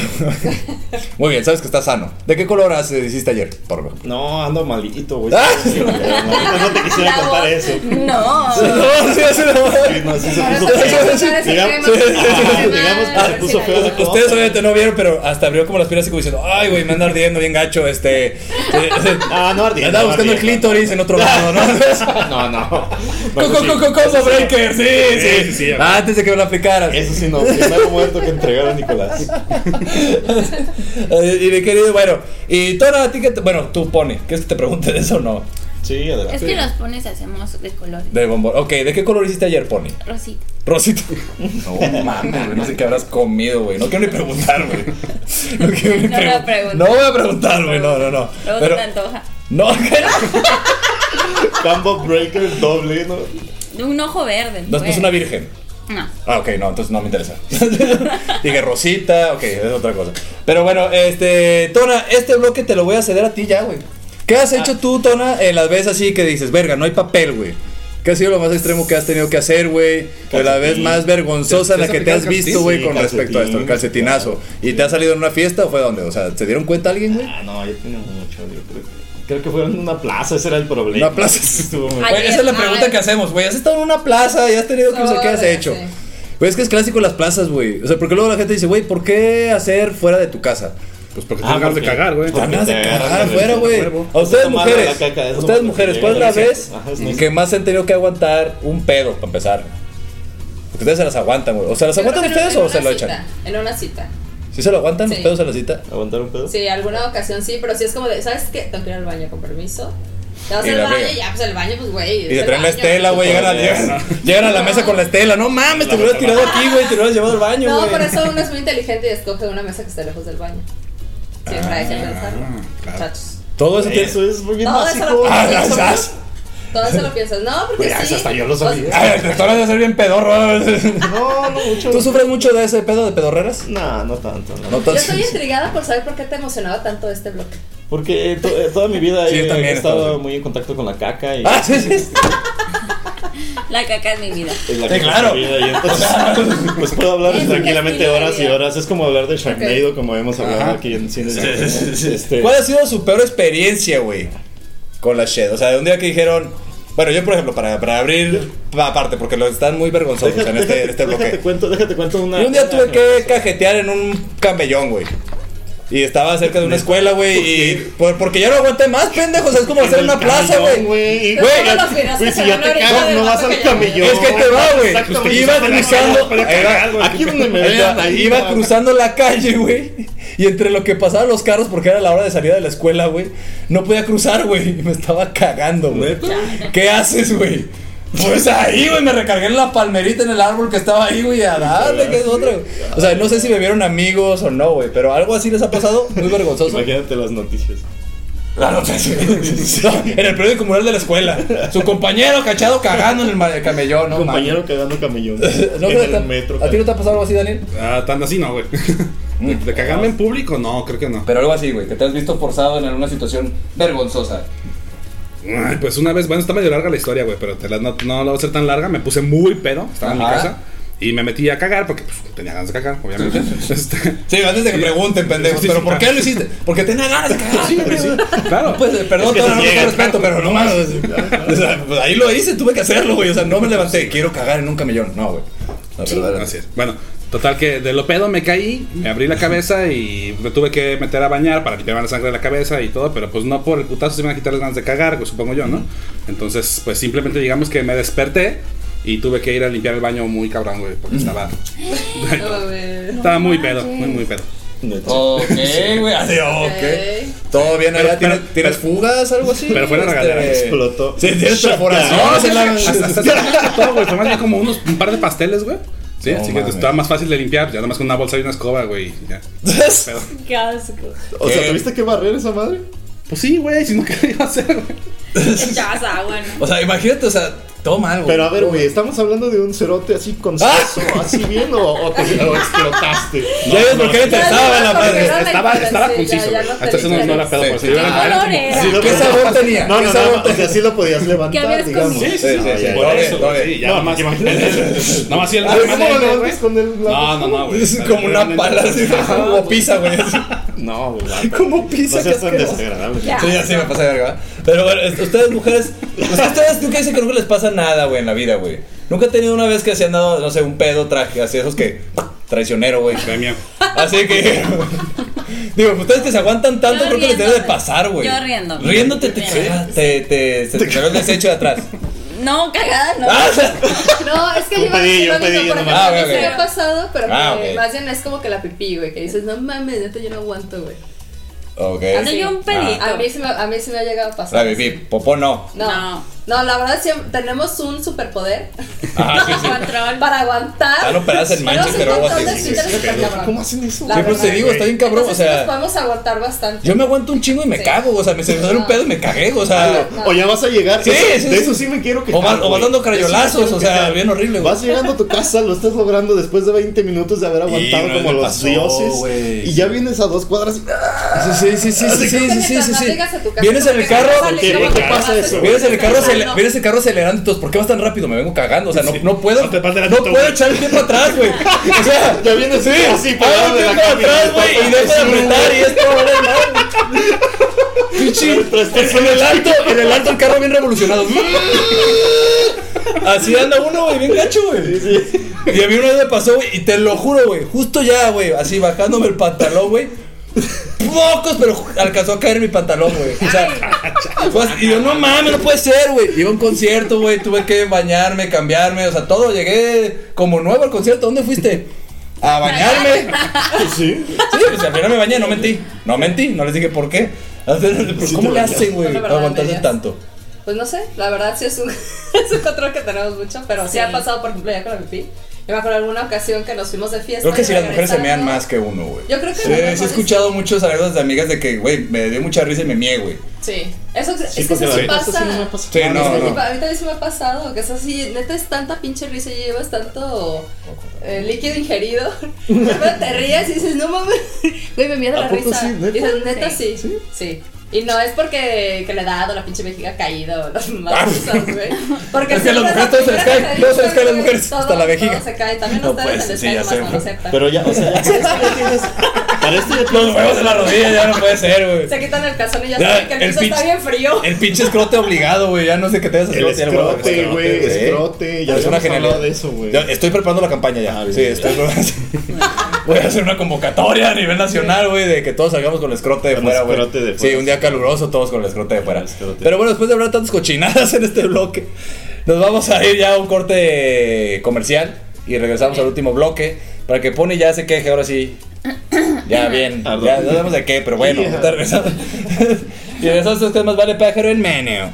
S2: [LAUGHS] Muy bien, sabes que está sano. ¿De qué color has- hiciste ayer? Por favor.
S3: No, ando malito, güey.
S2: Ah.
S3: Sí, güey, [LAUGHS] no, no te quisiera
S4: La
S3: contar
S4: voz.
S3: eso.
S4: No.
S2: No, sí, sí,
S3: Sí,
S2: no.
S3: no, sí se
S5: Ahora
S2: sí,
S3: puso
S5: sí,
S3: feo.
S5: vamos a hacer
S3: Digamos-
S5: crema.
S2: sí, sí.
S3: Digamos que se puso feo la cosa.
S2: Ustedes obviamente no vieron, pero hasta abrió como las piernas y como diciendo, ay, güey, me anda ardiendo bien gacho, este... [LAUGHS] eh, eh,
S3: Ah, no ardía.
S2: andaba buscando el clítoris en otro lado, ¿no?
S3: No,
S2: [LAUGHS]
S3: no.
S2: Coco,
S3: sí.
S2: coco, coco,
S3: Eso sí,
S2: breaker, sí, sí.
S3: Sí, sí, sí, ya.
S2: Antes de que me lo aplicaras.
S3: Eso sí, no. Primero muerto que entregar a Nicolás.
S2: Eh, [LAUGHS] y mi querido, bueno, y Tona, a ti que te- Bueno, tú pone, ¿quieres que te pregunte de eso o no?
S3: Sí, adelante.
S4: Es que los pones hacemos de colores.
S2: De bombón. Ok, ¿de qué color hiciste ayer, pone?
S4: Rosita.
S2: Rosita. No mames, güey, no sé qué habrás comido, güey. No quiero ni preguntar, güey. [LAUGHS] No quiero ni
S4: No voy a
S2: pregun-
S4: preguntar.
S2: No voy a preguntar, güey, no, no, no.
S4: Luego se
S2: Pero,
S4: te antoja.
S2: no, [LAUGHS]
S3: Combo Breaker doble, ¿no?
S4: De Un ojo verde.
S2: no, no es
S4: pues.
S2: una virgen.
S4: No.
S2: Ah, ok, no, entonces no me interesa. [LAUGHS] Dije Rosita, ok, es otra cosa. Pero bueno, este, Tona, este bloque te lo voy a ceder a ti ya, güey. ¿Qué has hecho tú, Tona, en las veces así que dices, verga, no hay papel, güey? ¿Qué ha sido lo más extremo que has tenido que hacer, güey? O la vez
S3: Calcetín.
S2: más vergonzosa en
S6: ¿Te-
S2: la
S6: te
S2: que
S6: has
S2: te has
S6: aplicado el
S2: visto, güey,
S3: calcetín?
S2: con respecto a esto, el
S3: Calcetín.
S2: calcetinazo? ¿Y te ha salido en una fiesta o fue dónde? O sea, ¿se dieron cuenta alguien, güey?
S3: Ah, no, ya tiene mucho. Yo creo, creo que fueron en una plaza, ese era el problema.
S2: Una plaza.
S3: Estuvo muy-
S5: Ay,
S2: Güey, esa es la pregunta
S5: ay.
S2: que hacemos, güey. Has estado en una plaza y has tenido que no sé qué has
S5: Sobre,
S2: hecho.
S5: sí.
S2: Güey, es que es clásico las plazas, güey. O sea, porque luego la gente dice, güey, ¿por qué hacer fuera de tu casa?
S6: Pues porque
S3: Ah,
S6: tengo ganas de
S3: porque-
S6: cagar, güey.
S3: porque
S2: Ganas de
S3: te
S2: cagar
S3: agarran de
S2: afuera,
S3: la
S2: güey.
S6: huevo.
S2: A ustedes
S3: Está mala
S2: mujeres,
S3: la caca, es lo
S2: ustedes
S3: más
S2: mujeres,
S3: que
S2: ¿cuál es
S3: llega
S2: la
S3: a la
S2: vez
S3: ciencia. Ajá, es
S2: que más han tenido que aguantar un pedo para empezar? Porque ustedes se las aguantan, güey. O sea, ¿las
S5: Yo
S2: aguantan
S5: creo que en
S2: ustedes o
S5: una
S2: se lo
S5: cita,
S2: echan?
S5: En una cita.
S2: ¿Sí se lo aguantan
S5: Sí.
S2: ustedes a la cita?
S7: ¿Aguantar un pedo?
S5: Sí, alguna ocasión sí, pero sí es como de, ¿sabes qué? Tengo que ir al baño, con permiso. Te vas
S2: Y
S5: al
S2: la
S5: baño,
S2: friega.
S5: ya, pues el baño, pues güey.
S2: Y
S5: es
S2: te
S5: el
S2: traen la
S5: baño.
S2: estela, güey. Llegan, a-
S7: No.
S2: llegan, llegan a la mesa con la estela. No mames, te
S6: La
S2: hubieras
S6: otra
S2: tirado aquí, güey. Te hubieras llevado al baño,
S5: No,
S2: güey.
S5: por eso uno es muy inteligente y escoge una mesa que esté lejos del baño. Siempre hay que
S6: Ah,
S5: pensarlo.
S6: claro.
S5: Muchachos.
S2: Todo eso tiene.
S7: Eso es muy bien
S5: Todo eso
S7: básico.
S5: lo pienso.
S2: Ah,
S7: [LAUGHS]
S2: las as.
S5: Todo eso lo piensas. No, porque
S2: Pues,
S7: Güey,
S5: sí.
S7: hasta yo lo
S5: O sea,
S7: sabía.
S2: Ay, te vas a ser bien pedorro.
S7: No, no mucho.
S2: [LAUGHS] ¿Tú sufres mucho de ese pedo de pedorreras?
S7: No, no tanto. no.
S2: No
S5: Yo
S2: tanto.
S5: estoy intrigada por saber por qué te emocionaba tanto este bloque.
S7: Porque eh, to- eh, toda mi vida
S2: Sí,
S7: he,
S2: yo también
S7: he estado
S2: estaba-
S7: muy en contacto con la caca y
S2: [LAUGHS] Ah, sí, sí. sí.
S4: La caca es mi vida.
S7: y la
S2: Sí,
S7: caca
S2: claro.
S7: es mi
S2: [LAUGHS]
S7: vida, y entonces, pues puedo hablar
S4: Es un
S7: tranquilamente
S4: estilo de
S7: horas y
S4: vida.
S7: horas. Es como hablar de Sharknado, como hemos hablado
S6: Ajá.
S7: aquí en cine.
S6: Sí, sí, sí, sí.
S7: Este,
S2: ¿Cuál ha sido su peor experiencia, güey? Con la shed. O sea, de un día que dijeron. Bueno, yo, por ejemplo, para, para abrir aparte, porque lo están muy vergonzosos
S7: déjate,
S2: en este, en este
S7: déjate-
S2: bloque.
S7: déjate cuento, déjate cuento una.
S2: Y un día
S7: una-
S2: tuve que cajetear en un camellón, güey. Y estaba cerca de una escuela, güey. Y por- porque ya no aguanté más, pendejos. Es como
S7: en
S2: hacer
S7: el
S2: una plaza,
S7: camellón,
S2: güey.
S7: Y,
S5: Pero ¿cómo lo firmaste
S7: güey, si
S5: con
S7: ya
S5: una
S7: te
S5: orilla
S7: cagas,
S5: del
S7: no vas
S5: vato
S7: al
S5: que ya-
S7: camellón.
S2: Es que te va, güey.
S7: Exacto,
S2: Pues,
S7: güey,
S2: Iba
S7: si te vas
S2: cruzando.
S7: para
S2: ahí va.
S7: cagar, güey,
S2: Aquí
S7: porque-
S2: donde me
S7: ahí
S2: vean,
S7: va, ahí
S2: Iba
S7: va.
S2: cruzando la calle, güey. Y entre lo que pasaban los carros, porque era la hora de salida de la escuela, güey. No podía cruzar, güey. Y me estaba cagando, güey. ¿Qué haces, güey? Pues ahí, güey, me recargué en la palmerita en el árbol que estaba ahí, güey, a darle, que es otra, güey. O sea, no sé si me vieron amigos o no, güey, pero algo así les ha pasado, muy vergonzoso.
S7: Imagínate las noticias.
S2: La nota, sí. [LAUGHS] No, en el periódico mural de la escuela. Su compañero cachado cagando en el ma- camellón, ¿no?
S7: Compañero cagando camellón. [LAUGHS]
S2: No,
S7: en
S2: creo que
S7: el
S2: te-
S7: metro.
S2: ¿A ti no te ha pasado algo así, Daniel?
S6: Ah, tan así no, güey. [LAUGHS] De, de cagarme en público, no, creo que no.
S2: Pero algo así, güey, que te has visto forzado en alguna situación vergonzosa.
S6: Ay, pues una vez, bueno, está medio larga la historia, güey, pero te la- no, no la va a ser tan larga. Me puse muy pedo, estaba en mi
S2: Ajá.
S6: casa. Y me metí a cagar porque pues, tenía ganas de cagar,
S3: [LAUGHS]
S6: obviamente. Este,
S2: Sí, antes de que
S6: Sí.
S2: pregunten, pendejos,
S6: Sí, sí,
S2: pero
S6: sí,
S2: ¿por
S6: claro.
S2: qué lo hiciste? Porque tenía ganas de cagar.
S6: Sí, güey, sí. Claro.
S2: Pues, eh, perdón,
S7: Es que
S2: todo
S7: se
S2: no
S7: llega,
S2: respeto, pero no mames. O sea, pues, ahí lo hice, tuve que hacerlo, güey. O sea, no me levanté, quiero cagar en un camellón. No, güey. No, pero adelante.
S6: Así es. Bueno, total que de lo pedo me caí, me abrí la cabeza y me tuve que meter a bañar para limpiarme la sangre de la cabeza y todo, pero pues no por el putazo se me van a quitar las ganas de cagar, pues, supongo yo, ¿no? Entonces, pues simplemente digamos que me desperté y tuve que ir a limpiar el baño muy cabrón, güey, porque estaba...
S5: A ver.
S6: estaba muy pedo, muy, muy pedo.
S7: Neta.
S2: Ok, güey. Así, ok. Todo bien allá.
S6: Pero- pero-
S2: ¿Tienes, tienes fugas, algo así?
S6: pero fue la
S2: Este,
S6: regadera,
S7: explotó.
S2: Sí, tienes perforaciones en la-
S6: Hasta- hasta se me todo, güey, fue más bien como unos, un par de pasteles, güey. Sí,
S2: No
S6: así que
S2: mames.
S6: estaba más fácil de limpiar, ya nomás con una bolsa y una escoba, güey, y ya. Pedo.
S4: [LAUGHS] Qué asco.
S7: O sea,
S2: ¿Qué?
S7: ¿tuviste que barrer esa madre?
S6: Pues sí, güey, si no, ¿qué le iba a hacer, güey?
S4: Echabas agua, ¿no?
S2: O sea, imagínate, o sea, toma algo.
S7: Pero a ver, güey, ¿estamos hablando de un cerote así con
S2: Ah.
S7: seso, así bien o, o te- o explotaste?
S2: Ya ves por qué le pensaba en la
S5: Porque
S2: madre.
S5: no le
S6: Estaba,
S5: encuentras,
S6: estaba
S5: sí, ya-
S6: conciso,
S5: ya
S6: güey.
S5: no te
S6: Hasta eso no, no la pedo,
S2: Sí.
S6: pero si
S2: ¿Qué
S6: yo era- era
S4: color
S6: como-
S4: era?
S7: Sí, no,
S2: ¿Qué
S7: pero-
S2: sabor tenía?
S7: No,
S2: ¿Qué
S7: no,
S2: sabor
S7: no, o sea, sí lo podías
S4: ¿Qué
S7: levantar,
S4: habías
S7: digamos.
S4: comido?
S5: Ah,
S6: Sí, sí, sí,
S2: Sí,
S6: sí,
S2: sí,
S6: por
S2: sí.
S6: eso, güey, sí, ya
S7: No,
S6: nada más.
S7: imagínate.
S6: [LAUGHS] Nada más si el
S7: A ver, ¿cómo lo levantas con el
S6: No, no, no, güey.
S2: Es como una pala, así,
S6: [LAUGHS]
S2: como pizza, güey. así.
S7: No, güey. vato.
S2: Como pizza
S7: No
S2: que
S7: seas tan
S2: asqueroso.
S7: desagradable.
S4: Ya.
S2: Sí, ya sí me pasa de verga. ¿verdad? Pero bueno, es- ustedes mujeres, o sea, ustedes nunca dicen que nunca les pasa nada, güey, en la vida, güey. Nunca he tenido una vez que se han dado, no sé, un pedo traje, así esos que traicionero, güey.
S6: Premio. Eh,
S2: Así que digo, pues, ustedes que se aguantan tanto,
S4: Yo
S2: creo que les debe de
S4: riéndome.
S2: pasar, güey.
S4: Yo riéndome.
S2: Riéndote te cagas, te te se te salió el desecho de
S4: [LAUGHS]
S2: atrás.
S4: No, cagada, no.
S2: Ah, o sea,
S5: No, es que
S7: Un
S5: yo iba a decir
S7: pedillo,
S5: lo
S7: un pedillo
S5: mismo, porque
S2: nomás.
S5: a mí
S2: Ah,
S5: se
S2: ok,
S5: me
S2: ok.
S5: ha pasado, pero
S2: Ah,
S5: que
S2: ok.
S5: más bien es como que la pipí, güey, que dices, no mames, neta, yo no aguanto, güey.
S2: Ok.
S4: Ando yo un pedito.
S5: A mí, se me, a mí se me ha llegado a pasar.
S2: La bebí, popó no.
S5: No.
S4: No.
S5: no. la verdad siempre, tenemos un superpoder
S2: Ah, sí, sí.
S4: Control.
S5: [LAUGHS] para aguantar.
S2: Están operadas en Manchester o algo así.
S5: Tenemos un montón de
S7: Sí,
S5: super
S7: pero ¿Cómo hacen eso?
S5: La
S2: Sí, pues te
S5: verdad,
S2: digo, está bien cabrón, o
S5: nos
S2: sea,
S5: podemos aguantar bastante.
S2: yo me aguanto un chingo y me
S5: Sí.
S2: cago, o sea, me se me sale un pedo y me cagué, o sea,
S7: O ya vas a llegar.
S2: Sí,
S7: eso-
S2: sí,
S7: de
S2: sí.
S7: eso sí me quiero que
S2: o, va- o vas dando crayolazos, o sea, bien horrible, güey.
S7: Vas llegando a tu casa, lo estás logrando después de 20 minutos de haber aguantado
S2: una vez
S7: como
S2: me
S7: los
S2: pasó,
S7: dioses.
S2: güey.
S7: Y ya vienes a dos cuadras. y- ¡Ah!
S2: Sí, sí, sí, sí, sí, sí, sí, sí, sí, sí. Vienes en el carro,
S7: ¿por qué? ¿Por qué pasa eso?
S2: vienes en el carro, acele-
S5: acelerando.
S2: vienes en el carro acelerando, entonces, ¿por qué vas tan rápido? Me vengo cagando, o sea, no,
S6: Sí.
S2: no puedo,
S6: No te
S2: no,
S6: pases la nota,
S2: puedo
S6: güey.
S2: echar el tiempo atrás,
S6: [LAUGHS]
S2: güey. O sea,
S7: Ya vienes
S2: sí,
S7: así,
S2: hago
S7: parado de la
S2: tiempo atrás,
S7: camioneta,
S2: [LAUGHS] güey,
S7: parado
S2: y dejo de
S7: así,
S2: apretar y esto, vale, madre. [LAUGHS] Pinche, en el alto, en el alto el carro bien revolucionado. [LAUGHS] Así anda uno, güey, bien gacho, güey. Y a mí una vez me pasó, güey, y te lo juro, güey, justo ya, güey, así bajándome el pantalón, güey. mocos, pero alcanzó a caer mi pantalón, güey. O sea, fue así, y yo, no mames, no puede ser, güey. Iba a un concierto, güey, tuve que bañarme, cambiarme, o sea, todo. Llegué como nuevo al concierto. ¿Dónde fuiste? A bañarme.
S3: Sí.
S2: Sí, pues al final me bañé, no mentí. No mentí, no les dije por qué. Entonces, pues, ¿Cómo le hacen, güey,
S5: No me
S2: para aguantarse
S5: bañas.
S2: tanto?
S5: Pues no sé, la verdad sí es un, [LAUGHS] es un control que tenemos mucho, pero sí.
S4: Sí.
S5: ha pasado, por ejemplo, ya con la pipí. Yo me acuerdo de alguna ocasión que nos fuimos de fiesta.
S2: Creo que
S5: y
S2: sí, las mujeres se mean
S5: regresando-
S2: más que uno, güey.
S5: Yo creo que
S2: Sí,
S5: las
S2: sí he
S5: mujeres-
S2: escuchado muchos anécdotas de amigas de que, güey, me dio mucha risa y me mié, güey.
S5: Sí, eso es que
S3: porque
S5: eso sí
S3: la
S5: pasa.
S2: Sí, no,
S5: Es que
S2: no.
S5: sí, A mí también se me ha pasado que es así, neta es tanta pinche risa y llevas tanto eh, líquido ingerido. [LAUGHS] Pero te ríes y dices, no mames, [LAUGHS] güey, me mierda
S7: ¿A
S5: la
S7: poco
S5: risa.
S7: sí, neta?
S5: Y dices, neta
S4: Sí.
S5: sí, sí. Y no es porque que la edad o la pinche vejiga caída o [LAUGHS] las
S2: [LAUGHS]
S5: cosas, güey. Porque
S2: Ah. Es que a las
S5: siempre
S2: mujeres todo se les
S5: primera
S2: cae,
S5: que
S2: todo se les cae a las
S5: dicen,
S2: mujeres,
S5: todo-
S2: hasta la vejiga.
S5: Todo se cae, también a
S2: No,
S5: ustedes
S2: pues,
S5: se les
S2: sí,
S5: cae,
S2: ya
S5: nomás
S2: sé,
S5: no
S2: güey.
S5: aceptan.
S3: Pero ya, o
S7: [LAUGHS]
S3: sea, ya para esto ya tienes. Para esto ya
S2: Los
S3: tienes.
S2: huevos en la rodilla ya no puede ser, güey.
S5: Se quitan el calzón y ya,
S2: Ya,
S5: saben que el
S2: el
S5: piso está
S2: pinche- [LAUGHS]
S5: bien frío.
S2: El pinche escrote obligado, güey. Ya no sé qué te das
S7: El escrote,
S2: escrote,
S7: güey,
S2: sí.
S7: escrote. Ya
S2: Es una
S7: habíamos hablado
S2: genialidad.
S7: de eso, güey.
S2: Ya, estoy preparando la campaña ya.
S7: Ah, bien.
S2: sí, estoy preparando. [LAUGHS] Voy a hacer una convocatoria a nivel nacional, güey, de que todos salgamos con el escrote de
S3: Con el
S2: fuera, güey.
S3: escrote de
S2: Sí,
S3: fuera.
S2: un día caluroso, todos con el escrote de fuera.
S3: el escrote.
S2: Pero bueno, después de hablar tantas cochinadas en este bloque, nos vamos a ir ya a un corte comercial y regresamos al último bloque para que Pony ya se queje ahora sí. Ya bien,
S3: Perdón.
S2: ya no sabemos de qué, pero
S3: [LAUGHS]
S2: bueno,
S7: Yeah.
S2: ahorita regresamos. [LAUGHS] y regresamos a estos temas, vale pájaro en meneo.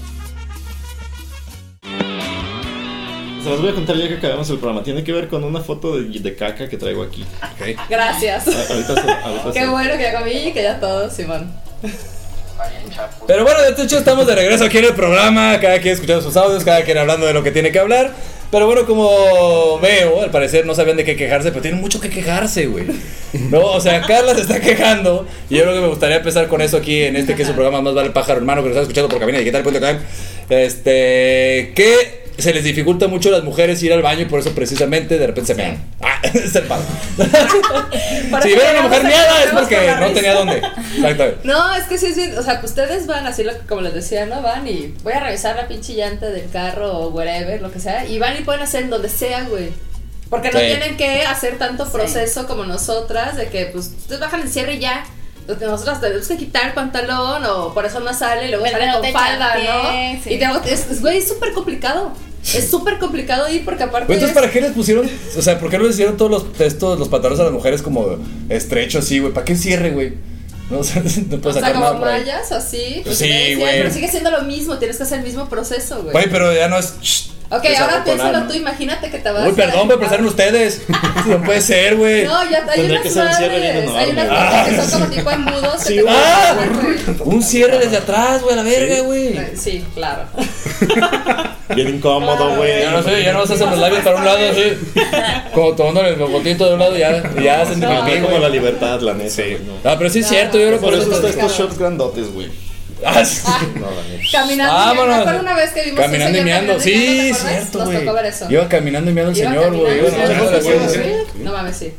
S3: Se las voy a contar ya que acabamos el programa. Tiene que ver con una foto de, de caca que traigo aquí.
S5: Gracias.
S3: A-
S2: Ah,
S3: Ahorita se,
S2: pues,
S3: ahorita
S5: Qué
S3: se-
S5: bueno que ya comí y que ya todo, Simón.
S2: Pero bueno, de hecho estamos de regreso aquí en el programa, cada quien escuchando sus audios, cada quien hablando de lo que tiene que hablar. Pero bueno, como veo, al parecer no sabían de qué quejarse, pero tienen mucho que quejarse, güey. No, o sea, Carla se está quejando y yo creo que me gustaría empezar con eso aquí en este que es un programa más vale pájaro hermano que nos están escuchando por cabina digital.com. Este, que se les dificulta mucho a las mujeres ir al baño y por eso precisamente de repente se mean. Ah, [LAUGHS] es el palo.
S5: Por
S2: si
S5: eso
S2: ven a una mujer
S5: llegamos a-
S2: miada es
S5: llegamos con
S2: porque
S5: la
S2: no
S5: risa.
S2: tenía dónde. Exactamente.
S5: No, es que sí es bien. O sea, que ustedes van así, lo, que- como les decía, ¿no? Van y voy a revisar la pinche llanta del carro o whatever, lo que sea. Y van y pueden hacer en donde sea, güey. Porque no
S2: Sí.
S5: tienen que hacer tanto proceso como nosotras, de que pues ustedes bajan el cierre y ya. Entonces, Nosotras tenemos que quitar el pantalón o por eso no sale y luego
S4: Pero
S5: sale
S4: Pues no
S5: con
S4: te
S5: falda,
S4: chantees,
S5: ¿no?
S4: sí.
S5: Y te, es, es- güey, es súper complicado. Es súper complicado ir porque aparte.
S2: Güey,
S5: es-
S2: Pues Entonces, ¿para qué les pusieron? O sea, ¿por qué no les hicieron todos los estos, los pantalones a las mujeres como estrechos así, güey? ¿Para qué cierre, güey? No, [LAUGHS] o sea, no puedes
S5: O sea,
S2: sacar
S5: como
S2: nada por ahí.
S5: mallas o así.
S2: Pues
S5: y te
S2: sí,
S5: decían,
S2: güey.
S5: Pero sigue siendo lo mismo, tienes que hacer el mismo proceso, güey.
S2: Güey, pero ya no es. shh,
S5: Ok,
S2: es
S5: ahora
S2: abotonar,
S5: piénsalo
S2: ¿no?
S5: tú, imagínate que te vas
S2: Uy, perdón,
S5: me
S2: güey, pensaron
S5: [LAUGHS]
S2: ustedes. No puede ser, güey. [LAUGHS]
S5: No, ya hay
S3: Tendría
S5: unas
S3: que ser un cierre bien
S5: madres, hay
S3: enorme.
S5: unas
S2: Ah,
S5: madres que
S2: [LAUGHS]
S5: son como tipo embudos. que te
S2: güey.
S5: ponen, güey.
S2: Ah, Un cierre desde atrás, güey, a la verga, güey.
S5: Eh, Sí,
S2: [LAUGHS]
S5: claro.
S3: Bien incómodo, güey.
S2: Ya no sé, ya no se hacen los labios para un lado, así.
S5: [LAUGHS]
S2: Como tomando el botito de un lado, ya, ya hacen
S3: No,
S2: pipí,
S3: es como
S2: güey.
S3: la libertad, la neta. güey, no.
S2: Ah, pero sí es cierto, yo creo que
S7: Por eso están
S5: está-
S7: estos shorts grandotes, güey.
S2: [LAUGHS] Ah, sí.
S7: No, la neta.
S5: Caminando.
S2: Vámonos.
S5: Me acuerdo una vez que vimos
S2: Caminando y
S5: eso, ya
S2: meando.
S5: caminando y
S2: Sí,
S5: meando, ¿te acuerdas?
S2: cierto,
S5: Nos
S2: güey.
S5: tocó ver eso.
S2: Iba caminando y meando el
S5: Iban
S2: señor, güey. Iba
S5: caminando,
S2: nomás a
S5: sí, sí,
S2: la
S5: sí,
S2: verga.
S5: sí. No mames, sí.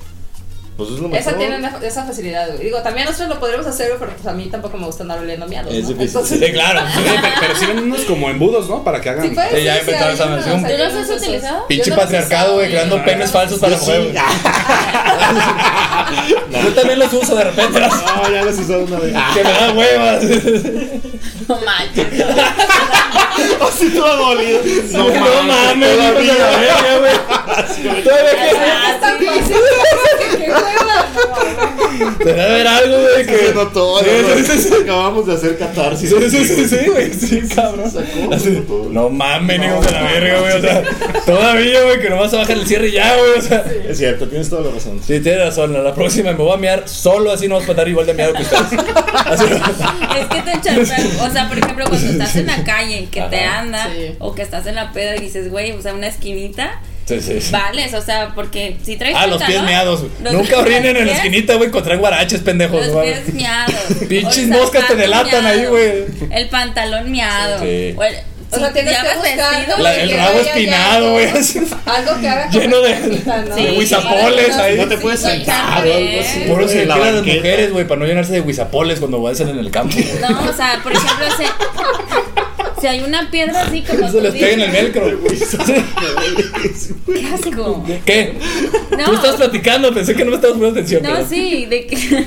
S7: Pues es lo mejor.
S5: Esa tiene una- esa facilidad, güey. Digo, también nosotros lo podríamos hacer, güey, pero pues a mí tampoco me gusta andar oliendo miados.
S7: Es
S5: ¿no?
S7: difícil.
S5: Entonces-
S2: Sí, claro.
S6: Sí, pero, pero sí venden unos como embudos, ¿no? Para que hagan.
S5: Sí, puede
S2: Sí, ya
S5: ser,
S2: empezaron
S5: hay
S2: esa
S5: unos,
S2: mención.
S5: hay
S4: ¿Tú los has
S5: unos de esos.
S4: utilizado?
S2: Pinche
S5: Yo no los
S2: patriarcado,
S5: usaba,
S2: güey, creando penes falsos para
S7: Yo
S2: mujeres.
S7: sí.
S2: Yo también los uso de repente, [LAUGHS] las
S7: Ah, ya las usado una vez.
S3: [LAUGHS]
S2: que me dan huevas.
S4: No manches.
S7: Así todo dolido.
S2: [LAUGHS] No mames, no mames, la verga, güey. [LAUGHS] Todavía
S5: Ah, tan fácil. Qué hueva.
S2: que debe haber algo, güey, que
S7: Se notó.
S2: Sí,
S7: ¿no?
S2: sí, sí.
S7: Acabamos de hacer catarsis.
S2: [LAUGHS] Sí, sí, sí, sí, güey, sí, cabrón.
S7: Sacó,
S2: Así,
S7: todo.
S2: No mames, hijos de la verga, güey, o sea, todavía, güey, que nomás se baja el cierre y ya, güey, o sea.
S3: Es cierto, tienes toda la razón.
S2: Sí, tienes razón, la, la próxima me voy a mear solo así, no vas a estar igual de meado que ustedes.
S5: [LAUGHS]
S2: Así,
S4: Es que te encharcas. O sea, por ejemplo, cuando estás en la calle y que te
S2: Ajá.
S4: anda
S5: Sí.
S4: o que estás en la peda y dices, güey, o sea, una esquinita.
S2: Sí, sí, sí.
S4: vales, o sea, porque si traes
S2: Ah, los
S4: pantalón,
S2: pies meados. güey.
S4: los-
S2: Nunca orinen en la
S4: los pies-
S2: esquinita, güey, contra guaraches, pendejos.
S4: Los
S2: güey.
S4: pies miados.
S2: [LAUGHS] Pinches
S4: O el
S2: moscas te
S4: zapato
S2: delatan ahí,
S4: miado,
S2: güey.
S4: El pantalón miado.
S2: Sí.
S4: O, el,
S5: O sea,
S4: si
S5: tienes
S4: ya
S5: que
S4: vas
S5: buscar,
S4: vestido,
S5: ¿no?
S2: La- el
S5: Que
S2: rabo
S5: vaya
S2: espinado,
S5: ya,
S2: güey.
S5: ¿no?
S2: así.
S5: Algo que haga
S2: Lleno de-
S4: de
S2: huizapoles ahí.
S3: No te puedes
S4: Sí,
S3: sentar o
S4: güey.
S3: algo así.
S2: Por eso
S3: en
S2: se
S3: la
S2: la Eh, las
S3: banqueta.
S2: mujeres, güey, para no llenarse de guisapoles cuando vayan en el campo. güey.
S4: No, o sea, por ejemplo, si, si hay una piedra así
S2: [LAUGHS]
S4: como
S2: Se
S4: tú
S2: les
S4: dices,
S2: pega en el velcro.
S4: qué asco.
S2: ¿Qué?
S4: No.
S2: Tú estás platicando, pensé que no me estabas poniendo atención.
S4: No,
S2: pero-
S4: sí, de que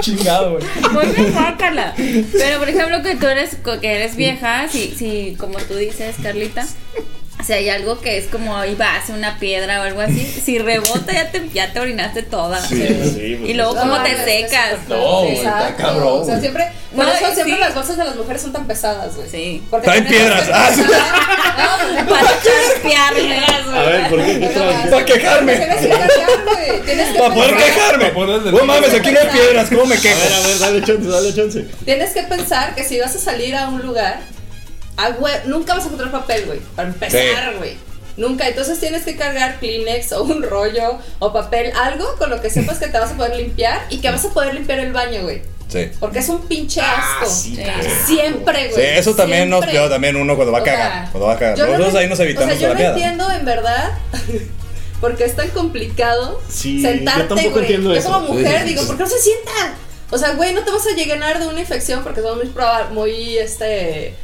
S2: Chingado, güey.
S4: ponme Pues guácala. Pero por ejemplo que tú eres co- que eres vieja, si, si como tú dices, Carlita, si hay algo que es como ahí va hacia una piedra o algo así, si rebota ya te ya te orinaste toda.
S3: Sí, pues
S4: Y luego cómo te secas.
S2: No, güey, está
S5: Exacto.
S2: cabrón,
S5: O sea,
S2: güey.
S5: siempre. Por
S4: No,
S5: eso
S4: y
S5: siempre
S4: sí.
S5: las bolsas de las mujeres son tan pesadas, güey.
S4: Sí.
S5: Porque
S2: Traen
S5: tienen
S2: piedras.
S5: bolsas
S2: Ah, sí.
S5: pesadas. No,
S4: Para charpearme.
S3: A ver, ¿por qué? ¿Qué traes?
S2: Para
S5: Tienes
S2: quejarme.
S5: que cambiar, güey. Tienes que
S2: Para poder
S5: pensar-
S2: quejarme. No mames, aquí no hay piedras, ¿cómo me
S3: A ver,
S2: quejo?
S3: a ver, dale chance, dale chance.
S5: Tienes que pensar que si vas a salir a un lugar, a hue- nunca vas a encontrar papel, güey. Para empezar, güey. Nunca. Entonces tienes que cargar Kleenex o un rollo o papel, algo con lo que sepas que te vas a poder limpiar y que vas a poder limpiar el baño, güey.
S2: Sí.
S5: Porque es un pinche asco.
S4: Sí.
S5: Siempre,
S2: Ah, Sí,
S5: güey.
S2: eso también nos
S5: Siempre.
S2: peor también uno cuando va a
S5: O sea,
S2: cagar. Cuando va a cagar.
S5: yo no
S2: Nosotros
S5: le-
S2: ahí nos evitamos
S5: O sea,
S2: toda
S5: yo
S2: la
S5: no
S2: piedra.
S5: entiendo en verdad [LAUGHS] porque es tan complicado
S3: Sí,
S5: sentarte,
S3: yo tampoco
S5: güey.
S3: entiendo
S5: yo
S3: eso.
S5: como mujer digo, ¿por qué no se sienta? O sea, güey, no te vas a llenar de una infección porque somos muy, proba- muy este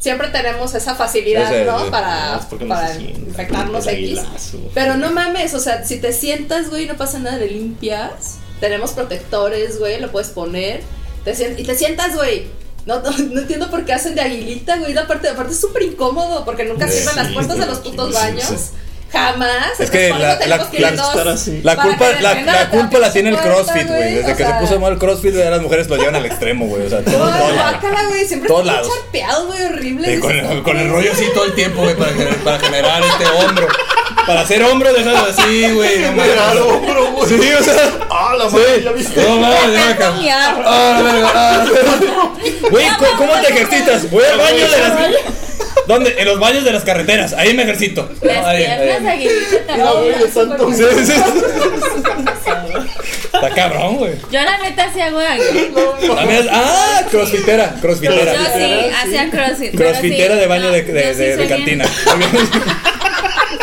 S5: siempre tenemos esa facilidad,
S2: Ese,
S5: Ah, ¿no?
S2: sí.
S5: Para,
S3: Es porque no
S5: para
S3: se sienta,
S5: infectarnos
S3: el
S5: X.
S3: aguilazo.
S5: Pero no mames, o sea, si te sientas, güey, no pasa nada, le limpias. Tenemos protectores, güey, lo puedes poner. Te sien- y te sientas, güey. No, no, no entiendo por qué hacen de aguilita, güey. Aparte, aparte es súper incómodo porque nunca
S2: Sí,
S5: cierran las puertas de los putos baños. Jamás.
S2: Es que
S5: Entonces, por
S2: la-
S5: eso tenemos
S2: la-
S5: que ir
S2: la-
S5: dos.
S3: estar así.
S2: La
S5: Para
S2: culpa,
S5: que
S2: la,
S5: venga
S2: la
S5: la
S2: culpa la tiene el
S5: puerta,
S2: CrossFit, güey.
S5: güey,
S2: Desde
S5: o
S2: que se
S5: sea.
S2: puso mal el CrossFit, ya las mujeres lo llevan al extremo, güey. O sea, todo,
S5: Ay,
S2: todo, güey.
S5: guácala, güey. Siempre
S2: Todos
S5: está
S2: lados.
S5: charpeado, güey, horrible.
S2: Y
S5: Dices,
S2: con, el,
S5: no,
S2: con el
S5: güey.
S2: rollo así todo el tiempo, güey, para, gener- para generar este hombro. Para hacer hombro, déjalo así, güey. No mames. Sí, o sea.
S7: ¡Ah, la
S2: Sí.
S7: madre! ¿Ya viste?
S2: No mames, ya me
S4: Tanto
S2: acabo.
S4: miar.
S2: Ah, la verga, ah. Güey, ¿cómo, cómo te ejercitas? Voy al baño de las. ¿Dónde? En los baños de las carreteras. Ahí me ejercito.
S4: Las
S2: Ahí,
S4: piernas
S2: ahí.
S4: aguilita
S7: Mira, güey,
S4: también.
S7: de santo.
S2: Sí, sí, sí. [LAUGHS] Está cabrón, güey.
S4: Yo la neta sí hago aguilita.
S2: También- Ah, crossfitera, crossfitera.
S4: Yo sí, hacía crossfit. pero
S2: Crossfitera
S4: sí,
S2: de baño
S4: no,
S2: de,
S4: yo
S2: de-
S4: sí
S2: de- de
S4: soy bien-
S2: cantina.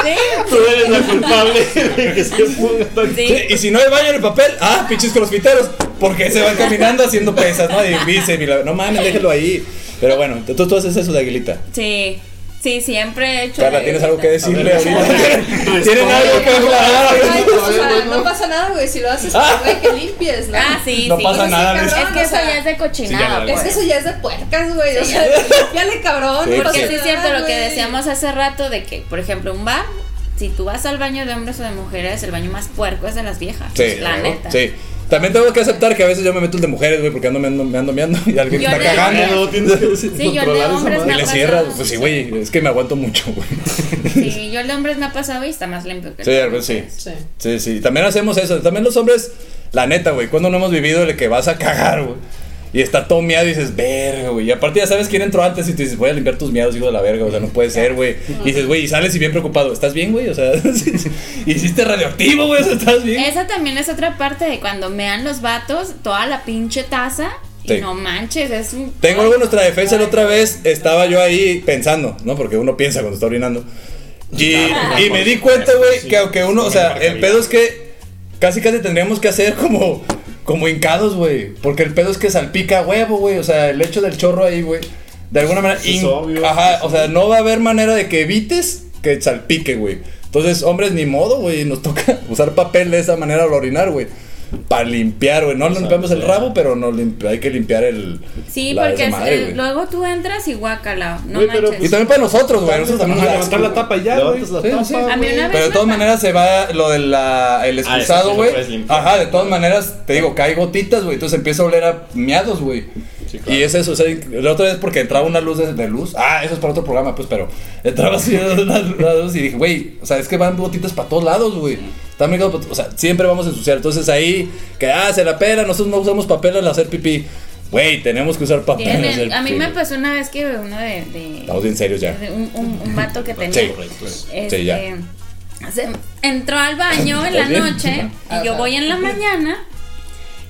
S4: Sí,
S3: Tú eres la culpable de que se ponga tan...
S4: sí.
S2: Sí, [LAUGHS] y si no hay baño en el papel, ah, pinches crossfiteros. Porque se van caminando haciendo pesas, ¿no? Y bíceps y la- No mames, déjelo ahí. Pero bueno, tú, tú haces eso de aguilita.
S4: Sí, sí, siempre he hecho.
S2: Carla, ¿tienes algo que decirle
S3: A ver,
S2: ahorita? [LAUGHS] ¿Tienen
S3: responde.
S2: algo que aclarar?
S5: Ay, pues, o sea,
S2: [LAUGHS]
S5: no pasa nada, güey. Si lo haces, pues,
S2: Ah.
S5: güey, que limpies, ¿no?
S4: Ah, sí,
S2: No
S4: sí.
S2: pasa
S4: Sí,
S2: nada,
S4: cabrón,
S5: ¿ves?
S4: Es que eso ya es de cochinada.
S6: Sí, ya
S5: Es que eso
S4: pues.
S5: ya es de puercas, güey. O
S4: Sí.
S5: sea, [LAUGHS] limpiale cabrón.
S2: Sí,
S5: no
S4: Porque
S5: pasa
S4: sí es
S5: nada,
S4: cierto lo que
S5: güey.
S4: decíamos hace rato de que, por ejemplo, un bar, si tú vas al baño de hombres o de mujeres, el baño más puerco es de las viejas.
S2: Sí,
S4: la
S2: ¿no?
S4: neta.
S2: Sí. También tengo que aceptar que a veces yo me meto el de mujeres, güey, porque ando, me ando, me ando meando y alguien
S4: Yo
S2: está
S4: no-
S2: cagando.
S3: No, tienes que
S4: Sí, yo el de
S3: controlar esa
S4: hombres
S2: Y
S4: no ha
S2: le
S4: pasado.
S2: cierras, pues sí, güey, es que me aguanto mucho, güey.
S4: Sí, yo el de hombres no ha pasado y está más limpio que
S2: Sí,
S4: el
S2: a ver, sí.
S5: Sí.
S2: Sí, sí, también hacemos eso. También los hombres, la neta, güey, cuando no hemos vivido el que vas a cagar, güey. Y está todo miado y dices, verga, güey. Y aparte ya sabes quién entró antes y te dices, voy a limpiar tus miados, hijo de la verga. O sea, no puede ser, güey. Y dices, güey, y sales y bien preocupado. ¿Estás bien, güey? O sea, [LAUGHS] hiciste radioactivo, güey. O sea, ¿estás bien?
S4: Esa también es otra parte de cuando mean los vatos toda la pinche taza
S2: Sí.
S4: y no manches, es un.
S2: Tengo algo en nuestra defensa. La otra vez estaba yo ahí pensando, ¿no? Porque uno piensa cuando está orinando. Y, y me di cuenta, güey, que aunque uno, o sea, el pedo es que casi casi tendríamos que hacer como, como hincados, güey. Porque el pedo es que salpica huevo, güey. O sea, el hecho del chorro ahí, güey. De alguna manera.
S3: Es
S2: in-
S3: obvio.
S2: Ajá, o sea, no va a haber manera de que evites que salpique, güey. Entonces, hombres, ni modo, güey. Nos toca [LAUGHS] usar papel de esa manera al orinar, güey. Para limpiar, güey. No limpiamos el rabo, pero no limpi- hay que limpiar el.
S4: Sí,
S2: la
S4: porque es-
S2: desmadre,
S4: el-
S2: güey.
S4: luego tú entras y guácala. No
S3: Güey, pero,
S4: manches.
S2: Y también para nosotros, güey. Nosotros también nos da asco,
S6: levantar la tapa y ya, güey.
S7: Levantas la tapa,
S2: Sí, sí.
S4: A mí una
S7: güey.
S4: vez
S2: Pero de
S4: me
S2: todas
S4: pa- Ah,
S2: maneras se va lo del el
S3: eso sí
S2: excusado,
S3: lo
S2: güey.
S3: puedes limpiar.
S2: Ajá, de todas maneras, te digo, cae gotitas, güey. Entonces empieza a oler a miados, güey.
S3: claro.
S2: Y es eso, o sea, la otra vez porque entraba una luz de, de luz. Ah, eso es para otro programa, pues, pero entraba así una una luz y dije, güey, o sea, es que van gotitas para todos lados, güey. Está muy gato, o sea, siempre vamos a ensuciar. Entonces ahí, que ah, se la pela, nosotros no usamos papel al hacer pipí. Güey, tenemos que usar papel.
S4: Tienen-
S2: es el-
S4: a mí
S2: sí,
S4: me
S2: güey.
S4: pasó una vez que uno de. de-
S2: Estamos bien serios ya.
S4: de un, un, un vato que tenía.
S2: Sí, pues,
S4: este,
S2: sí, ya.
S4: se- entró al
S2: [LAUGHS]
S4: baño en la
S2: ¿Estás bien?
S4: noche y yo voy en la mañana.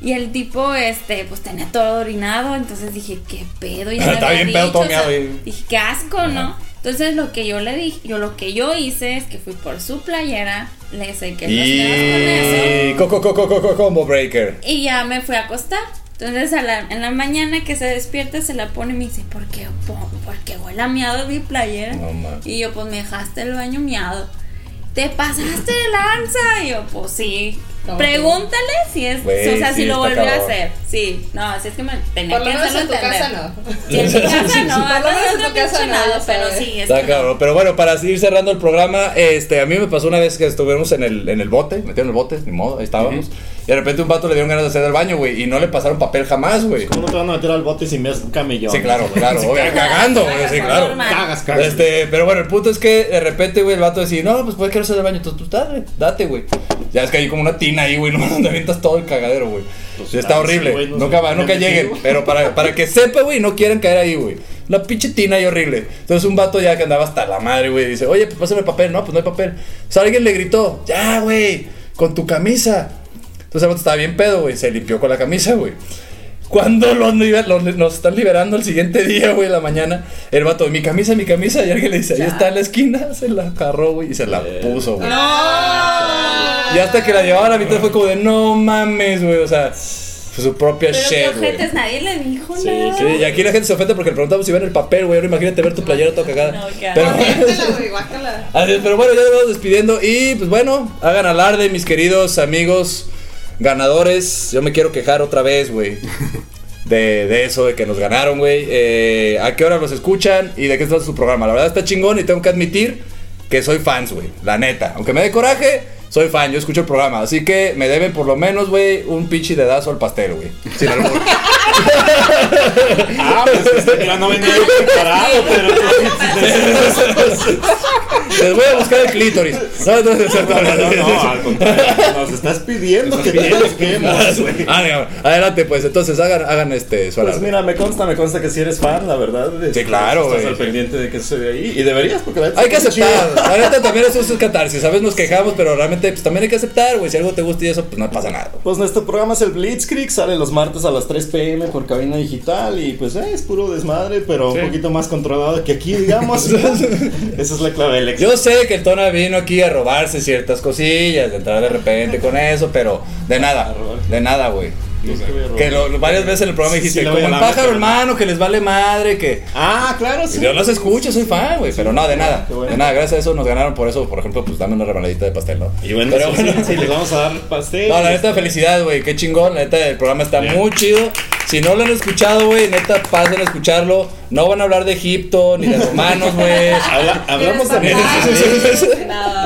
S4: Y el tipo, este, pues tenía todo orinado, entonces dije, qué pedo.
S2: [LAUGHS]
S4: Y
S2: Está bien pedo todo meado, eh.
S4: dije, qué asco, ¿no? Entonces lo que yo le dije, yo lo que yo hice es que fui por su playera, le sequé los dedos con eso.
S2: Y. Coco, coco, coco, combo breaker.
S4: Y ya me fui a acostar. Entonces a la- en la mañana que se despierta se la pone y me dice, ¿por qué, po- por qué huele a miado mi playera?
S2: No mames.
S4: y yo, pues me dejaste el baño miado. ¿Te pasaste de lanza? Y yo, pues sí.
S5: No,
S4: Pregúntale si es,
S2: Güey,
S4: o sea,
S2: sí,
S4: si lo
S2: está
S4: volvió a
S2: cabrón.
S4: hacer. Sí, no, si es que me tenía
S5: Por lo
S4: que
S5: menos
S4: hacerlo
S5: en tu
S4: entender.
S5: casa no.
S2: [LAUGHS]
S4: Sí, en mi casa no,
S5: Por lo menos en
S4: no,
S5: tu
S4: no,
S5: casa
S4: pinche
S5: no,
S4: nada,
S5: ya
S4: pero
S5: sabes.
S4: sí, es
S2: Está
S4: que no.
S2: cabrón. Pero bueno, para seguir cerrando el programa, este, a mí me pasó una vez que estuvimos en el, en el bote, metieron el bote, ni modo, ahí estábamos. Y de repente un pato le dieron ganas de hacer el baño, güey, y no le pasaron papel jamás, güey.
S7: ¿Cómo no te van a meter al bote si me haces un camellón?
S2: Sí, claro, claro, obvio, cagando, güey, sí, claro.
S4: Normal.
S7: Cagas, cagas.
S2: Este, pero bueno, el punto es que de repente, güey, el vato decía, no, pues puede que no sea del baño. Entonces, pues dale, date, güey. Ya es que hay como una tina ahí, güey, [LAUGHS] no donde avientas todo el cagadero, güey.
S7: Pues,
S2: Sí, está
S7: ah,
S2: horrible.
S7: sí, güey, no
S2: nunca
S7: sé,
S2: va,
S7: me
S2: nunca
S7: metí,
S2: lleguen.
S7: güey.
S2: Pero para, para que sepa, güey, no quieren caer ahí, güey. La pinche tina ahí horrible. Entonces un vato ya que andaba hasta la madre, güey, dice, oye, pues pásame papel. No, pues no hay papel. O sea, alguien le gritó, ya, güey, con tu camisa. Entonces el vato estaba bien pedo, güey. Se limpió con la camisa, güey. Cuando los, liber- los- nos están liberando el siguiente [LAUGHS] día, güey, en la mañana, el vato, mi camisa, mi camisa, y alguien le dice, ahí está en la esquina, se la agarró, güey, y se la puso, güey. Y hasta que la llevaba a la mitad fue como de, no mames, güey, o sea, fue su propia
S4: Pero qué
S2: shit, güey.
S4: ojetes, nadie le dijo
S2: Sí,
S4: nada.
S2: sí,
S4: [LAUGHS]
S2: y aquí la gente se ofende porque le preguntamos si ven el papel, güey, ahora imagínate ver tu playera toda cagada.
S4: No, qué
S2: Pero-
S5: Guácala, güey, guácala.
S2: Así es, pero bueno, ya nos vamos despidiendo. Y pues bueno, hagan alarde, mis queridos amigos ganadores. Yo me quiero quejar otra vez, güey. De, de eso, de que nos ganaron, güey. Eh, ¿A qué hora los escuchan y de qué trata su programa? La verdad está chingón y tengo que admitir que soy fans, güey. La neta. Aunque me dé coraje, soy fan. Yo escucho el programa. Así que me deben por lo menos, güey, un pinche dedazo al pastel, güey. Sin albur.
S3: Ah, pues este plan no
S6: [LAUGHS]
S3: venía yo preparado, pero
S2: Les voy a buscar el clítoris. No, no, no, no, no, no,
S3: no,
S2: no,
S7: [LAUGHS]
S3: no, al contrario, nos estás
S7: Estás pidiendo que te
S3: pidiendo que
S7: busquemos, güey.
S2: Ah, digamos. Adelante, pues entonces hagan, hagan este su
S7: Pues
S2: alarde.
S7: mira, me consta, me consta que si eres fan, la verdad. este,
S2: claro,
S7: Estás
S2: güey.
S7: al pendiente de que sucede ahí. Y deberías, porque la neta
S2: Hay que
S7: está muy
S2: aceptar,
S7: chido.
S2: la neta también eso es un catarsis, ¿sabes? Nos quejamos, pero realmente pues, también hay que aceptar, güey. Si algo te gusta y eso, pues no pasa nada.
S7: Pues nuestro programa es el Blitzkrieg, sale los martes a las 3 pm por cabina digital y pues eh, es puro desmadre, pero un poquito más controlado que aquí,
S2: [LAUGHS]
S7: digamos. Esa es la clave del éxito.
S2: Yo sé que el Tona vino aquí a robarse ciertas cosillas, de entrar de repente con eso, pero de nada, de nada, güey. Que lo- lo- varias veces en el programa
S7: Sí,
S2: dijiste,
S7: sí, la
S2: como
S7: voy a
S2: el
S7: lavar,
S2: pájaro
S7: pero-
S2: hermano, que les vale madre, que...
S7: Ah, claro, sí.
S2: Yo los escucho, soy fan, güey, pero no, de nada,
S7: Qué bueno.
S2: de nada, gracias a eso nos ganaron por eso, por ejemplo, pues dame una rebanadita de pastel, ¿no?
S7: Y bueno,
S2: Pero
S7: sí, sí,
S2: bueno.
S7: sí, les vamos a dar pastel.
S2: No, la neta, felicidad, güey. Qué chingón. La neta, el programa está muy chido. Si no lo han escuchado, güey, neta, pasen a escucharlo. No van a hablar de Egipto ni de romanos,
S7: [LAUGHS]
S2: güey.
S7: Habla- hablamos de
S5: Eres
S2: [LAUGHS]
S7: [LAUGHS] metal.
S5: fan.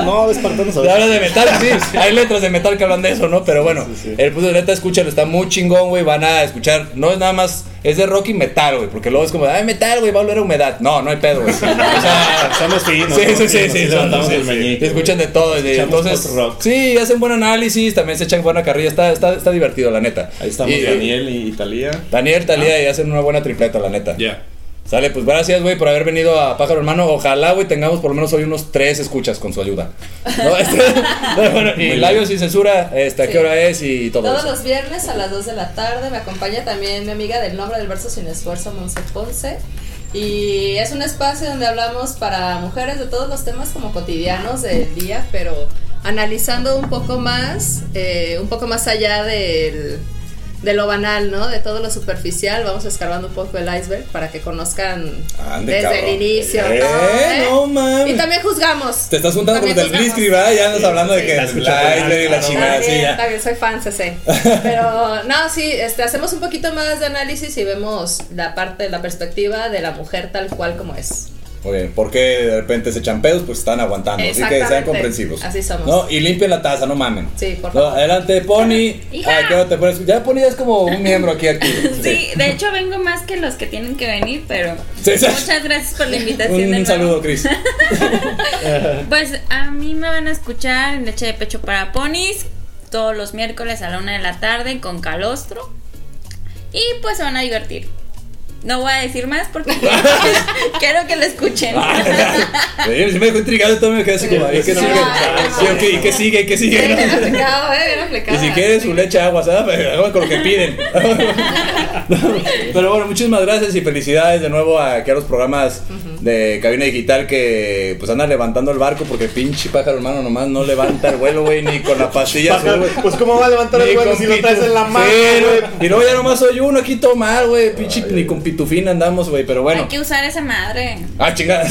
S7: No, de espartanos
S2: Se habla de metal, sí. Hay letras de metal que hablan de eso, ¿no? Pero bueno,
S7: Sí, sí, sí.
S2: el punto de neta, escúchalo. Está muy chingón, güey. Van a escuchar. No es nada más. Es de rock y metal, güey. Porque luego es como, ay, metal, güey, va a volver a humedad. No, no hay
S7: [LAUGHS]
S2: pedo, güey. O sea,
S7: Somos finos.
S2: Sí, sí,
S7: somos
S2: sí,
S7: finos,
S2: sí,
S7: levantamos
S2: sí,
S7: el
S2: sí.
S7: meñique,
S2: Escuchan de
S7: güey.
S2: todo. de-
S7: Escuchamos
S2: entonces,
S7: post-rock.
S2: sí, hacen buen análisis, también se echan buena carrilla. Está, está, está divertido, la neta.
S7: Ahí estamos,
S2: Y-
S7: Daniel y Talía.
S2: Daniel, Talía, y hacen una buena tripleta, la neta.
S6: Ya.
S2: Sale, pues gracias, güey, por haber venido a Pájaro Hermano. Ojalá, güey, tengamos por lo menos hoy unos tres escuchas con su ayuda.
S5: [LAUGHS]
S2: ¿No? Este- bueno, y labios sin censura, este, ¿a qué
S5: Sí.
S2: hora es? Y todo
S5: Todos
S2: eso.
S5: los viernes a las 2 de la tarde me acompaña también mi amiga del nombre del verso sin esfuerzo, Monse Ponce. Y es un espacio donde hablamos para mujeres de todos los temas como cotidianos del día, pero analizando un poco más, eh, un poco más allá del, de lo banal, ¿no? De todo lo superficial, vamos escarbando un poco el iceberg para que conozcan
S2: Ande,
S5: desde
S2: cabrón.
S5: el inicio.
S2: Eh, no mames.
S5: Y también juzgamos.
S2: Te estás juntando con
S5: También
S2: el del
S5: juzgamos.
S2: Blitzkrieg, ¿verdad? Ya andas hablando de que
S7: está escuchando
S2: la,
S7: el
S2: la
S7: Blitzkrieg,
S2: chingada, sí,
S5: también,
S2: ya.
S5: también soy
S2: [LAUGHS]
S5: fan, CC. Pero no, sí, este, hacemos un poquito más de análisis y vemos la parte, la perspectiva de la mujer tal cual como es.
S2: Muy bien, porque de repente se echan pedos, pues están aguantando. Así que sean
S5: Exactamente.
S2: comprensivos.
S5: Así somos.
S2: No, y limpien la taza, no mamen.
S5: Sí, por
S2: No,
S5: favor.
S2: adelante, Pony. Ay, ¿qué hora te pones? Ya Pony ya es como un miembro aquí
S5: [LAUGHS]
S2: activo.
S4: Sí, de hecho vengo más que los que tienen que venir, pero
S2: Sí, sí.
S4: muchas gracias por la invitación. de
S2: Un
S4: nuevo.
S2: saludo, [LAUGHS]
S5: [LAUGHS]
S2: Cris.
S4: Pues a mí me van a escuchar en Leche de Pecho para Ponis todos los miércoles a la una de la tarde con Calostro. Y pues se van a divertir. No voy a decir más
S2: [LAUGHS]
S4: porque [LAUGHS] quiero que lo escuchen.
S2: Ah,
S4: [LAUGHS]
S2: Sí me dejó intrigado y todo me quedé así como, ¿y qué sigue? Sí, ok, ¿y qué sigue? ¿Y qué sigue?
S5: Bien
S2: ¿No?
S5: aplicado, eh, bien aplicado.
S2: Y si quieres su leche agua, ¿sabes? Hagan [LAUGHS] con lo
S7: [LAUGHS]
S2: que piden. Pero bueno, muchísimas gracias y felicidades de nuevo a, aquí a los programas de cabina digital que pues andan levantando el barco porque pinche pájaro hermano nomás no levanta el vuelo, güey, ni con la pastilla azul, güey.
S7: Pues cómo va a levantar
S2: Ni
S7: el vuelo
S2: con
S7: si lo traes en la
S2: pitu-
S7: mano,
S2: Sí,
S7: güey.
S2: güey. Y luego ya nomás soy uno aquí tomar, güey. Pinche ni con pitufina andamos, güey. Pero bueno.
S4: Hay que usar esa madre.
S2: Ah, [LAUGHS] chingada.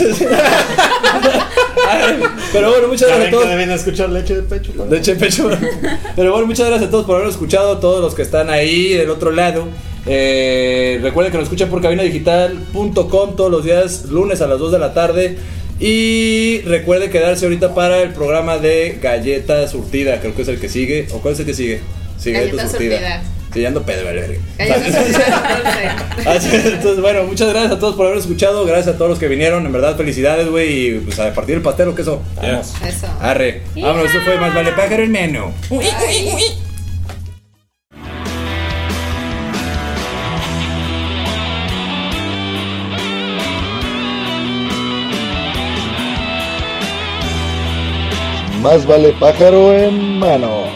S2: Pero bueno, muchas gracias a
S7: Saben que
S2: todos.
S7: deben escuchar leche de pecho. ¿no?
S2: De hecho, en pecho.
S5: [LAUGHS]
S2: Pero bueno, muchas gracias a todos por habernos escuchado, a todos los que están ahí del otro lado. Eh, recuerden que nos escuchan por cabinadigital.com todos los días, lunes a las 2 de la tarde. Y recuerden quedarse ahorita para el programa de Galleta Surtida, creo que es el que sigue. ¿O cuál es el que sigue? Sí,
S5: Galleta Surtida.
S2: Sí, ya ando pedo, vale, verga. [LAUGHS]
S5: Galletas Surtida, dulce.
S2: Así es, Entonces, bueno, muchas gracias a todos por haber escuchado. Gracias a todos los que vinieron. En verdad, felicidades, güey. Y pues a partir del pastel o queso.
S6: Vamos.
S5: Eso.
S2: Arre. Vámonos, eso fue más vale pájaro en mano.
S1: Más vale pájaro en mano.